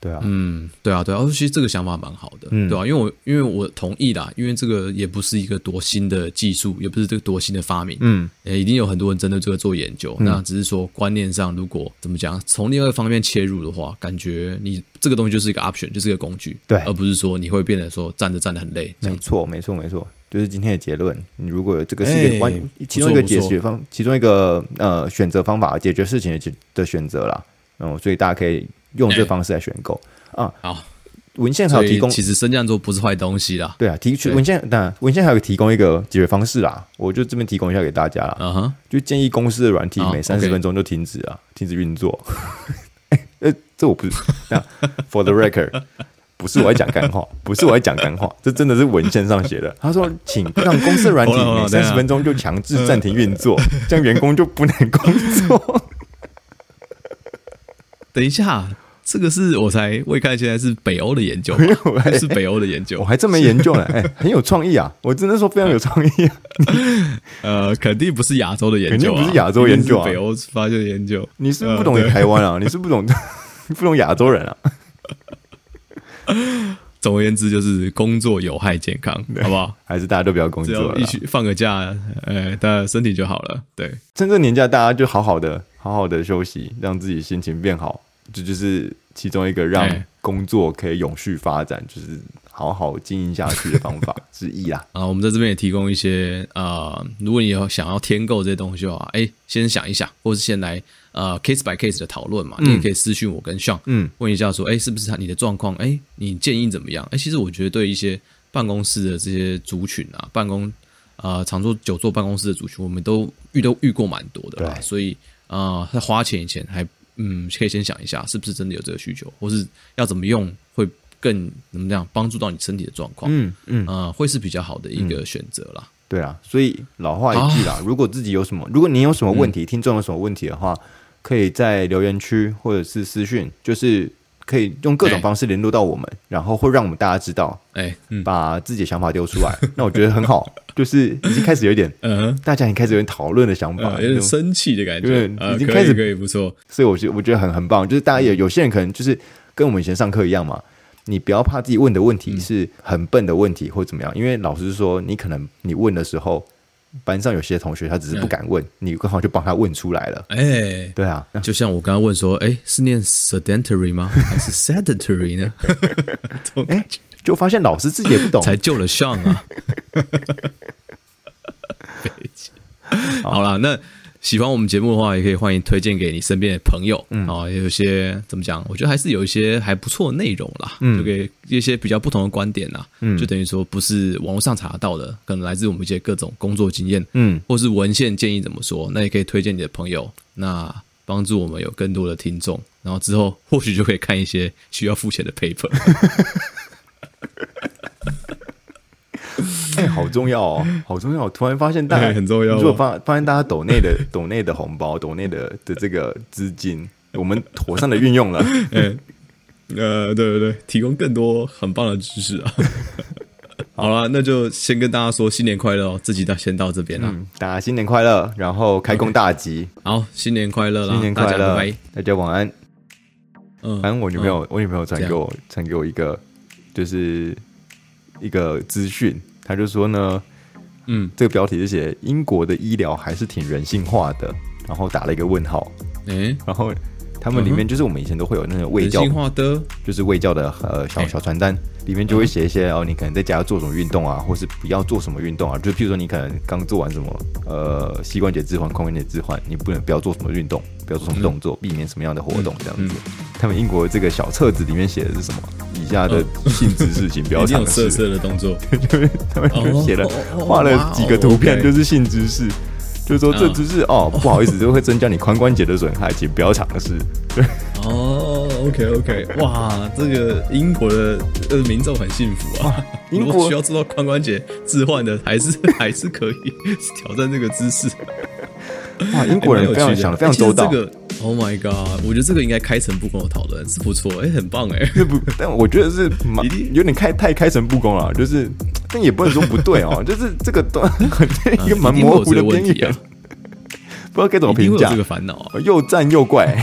对啊，
嗯，对啊，对啊，哦其实这个想法蛮好的，
嗯
对啊，因为我因为我同意啦，因为这个也不是一个多新的技术，也不是这个多新的发明，
嗯，
呃，一定有很多人针对这个做研究。那只是说观念上，如果怎么讲，从另外一个方面切入的话，感觉你这个东西就是一个 option，就是一个工具，
对嗯
而不是说你会变得说站着站得很累这样
没错，没错，没错，就是今天的结论。你如果有这个是
哎
一个关，
不错
其中一个
不错
解决方，其中一个呃选择方法，解决事情的解的选择啦。嗯，所以大家可以用这方式来选购、啊。
好，
文献还
哎所
有提
以
供，
其实升降桌不是坏东西啦，
对啊，提
对
文献，那文献还有提供一个解决方式啦。我就这边提供一下给大家啦，
啊哈，
就建议公司的软体
啊
每三十
OK
分钟就停止啊，停止运作。 呃，这我不是，那 for the record，不是我在讲干话， 不是我在讲干话，这真的是文献上写的。他说，请让公司的 软体
好了好了
每
哦等
三
一
十
下嗯
分钟就强制暂停运作，这样员工就不能工 作。
等一下，这个是我才未看，现在是北欧的研 究吧，
我还
是北欧的研
我
究，
还真没研究呢，哎、很有创意啊！我真的说非常有创意啊！
呃，肯定不是亚洲的研究、啊，
肯定不是亚洲研究啊
一定是北欧发现的研 究，啊
你是不是不懂
嗯
台湾啊，你是不懂 不懂亚洲人啊？
总而言之，就是工作有害健康，好不 好？
还是大家都不要工
只
作
要
了啊
一
啦？
起放个假，呃，大家身体就好了。对，
趁这年假，大家就好好的、好好的休息，让自己心情变好，这就是其中一个让
对
工作可以永续发展，就是好好经营下去的方 法之一啦。
啊，我们在这边也提供一些呃，如果你有想要添购这些东西的话，哎、先想一想，或是先来呃 case by case 的讨论嘛，你也可以私讯我跟 Sean，
嗯，
问一下说，哎、是不是他你的状况？哎、你建议怎么样？哎、其实我觉得对一些办公室的这些族群啊，办公呃常坐久坐办公室的族群，我们都遇都遇过蛮多的啦，
对
所以呃，在花钱以前还嗯，可以先想一下，是不是真的有这个需求，或是要怎么用会更怎么样帮助到你身体的状况？
嗯嗯，
呃，会是比较好的一个选择啦。
对啦，所以老话一句啦，如果自己有什么，如果你有什么
嗯
问题，听众有什么问题的话，可以在留言区或者是私讯，就是可以用各种方式联络到我们，然后会让我们大家知道，
哎，嗯
把自己的想法丢出来。那我觉得很好， 就是已经开始有一点
嗯哼，
大家已经开始有点讨论的想法，
呃有点生气的感
有
觉
点，
呃
已经
可以
开始
可以不错，
所以我觉得我觉得很很棒，就是大
嗯
家有有些人可能就是跟我们以前上课一样嘛，你不要怕自己问的问题
嗯
是很笨的问题或怎么样，因为老师说你可能你问的时候，班上有些同学他只
嗯
是不敢问，你刚好就帮他问出来了。
哎。
对啊，
就像我刚刚问说，哎，是念 sedentary 吗？还是 sedentary 呢？这种
哎，就发现老师自己也 不懂，
才救了上啊！好啦，那喜欢我们节目的话，也可以欢迎推荐给你身边的朋友。嗯，啊、也有些怎么讲，我觉得还是有一些还不错的内容啦，嗯、就给一些比较不同的观点啦。嗯，就等于说不是网络上查得到的，可能来自我们一些各种工作经验，
嗯，
或是文献建议怎么说，那也可以推荐你的朋友，那帮助我们有更多的听众，然后之后或许就可以看一些需要付钱的 paper。
哎，好重要哦，好重要！突然发现大家、
哎 很重要哦
如果发发现大家抖内的 抖内的红包、抖内的的这个资金，我们妥善的运用 了。
呃，对对对，提供更多很棒的知识 啊。好啦，那就先跟大家说新年快乐哦，这集到先到这边啦。
嗯，大家新年快乐，然后开工大吉。
好，新年快乐啦，
新年
大
快
家
乐，
拜拜。
大家晚安。
嗯，
反正我女
嗯
朋友，我女朋友传
这样
给我传给我一个，就是一个资讯，她就说呢，
嗯，
这个标题是写英国的医疗还是挺人性化的，然后打了一个问号，
诶，
然后他们里面就是我们以前都会有那个
嗯
卫
人
教
性，化的，
就是卫教的呃小
哎
小传单，里面就会写一
嗯
些哦，你可能在家做什么运动啊，或是不要做什么运动啊，就譬如说你可能刚做完什么呃膝关节置换、髋关节置换，你不能不要做什么运动，不要做什么动作，避免什么样的活动这
嗯
样子。他们英国这个小册子里面写的是什么？以下的 性质事情不要
呃一定
尝
有色
试，
色的动作。
就是 他们就写了
哦哦哦
画了几个图片，
哇哦
就是性知识。就是说这
嗯
知识哦，不好意思，就会增加你髋关节的损害，请不要尝试。
哦，OK OK，哇，这个英国的呃民众很幸福啊。
英国
如果需要做到髋关节置换的，还是 还是可以挑战这个姿势。
哇， 英国人非常想的非常周到。
哎其实这个，Oh my God！我觉得这个应该开诚布公的讨论是不错，哎、很棒哎、
这 不，但我觉得是蛮
一定
有点开太开诚布公了，啊就是，但也不能说不对 哦，就是这个都 一个蛮
啊嗯一定会
模
有
糊
这
的
个问
边
题
缘，
啊，
不知道该怎么
一定
评
会有
价
这，个烦恼啊。
又赞又怪。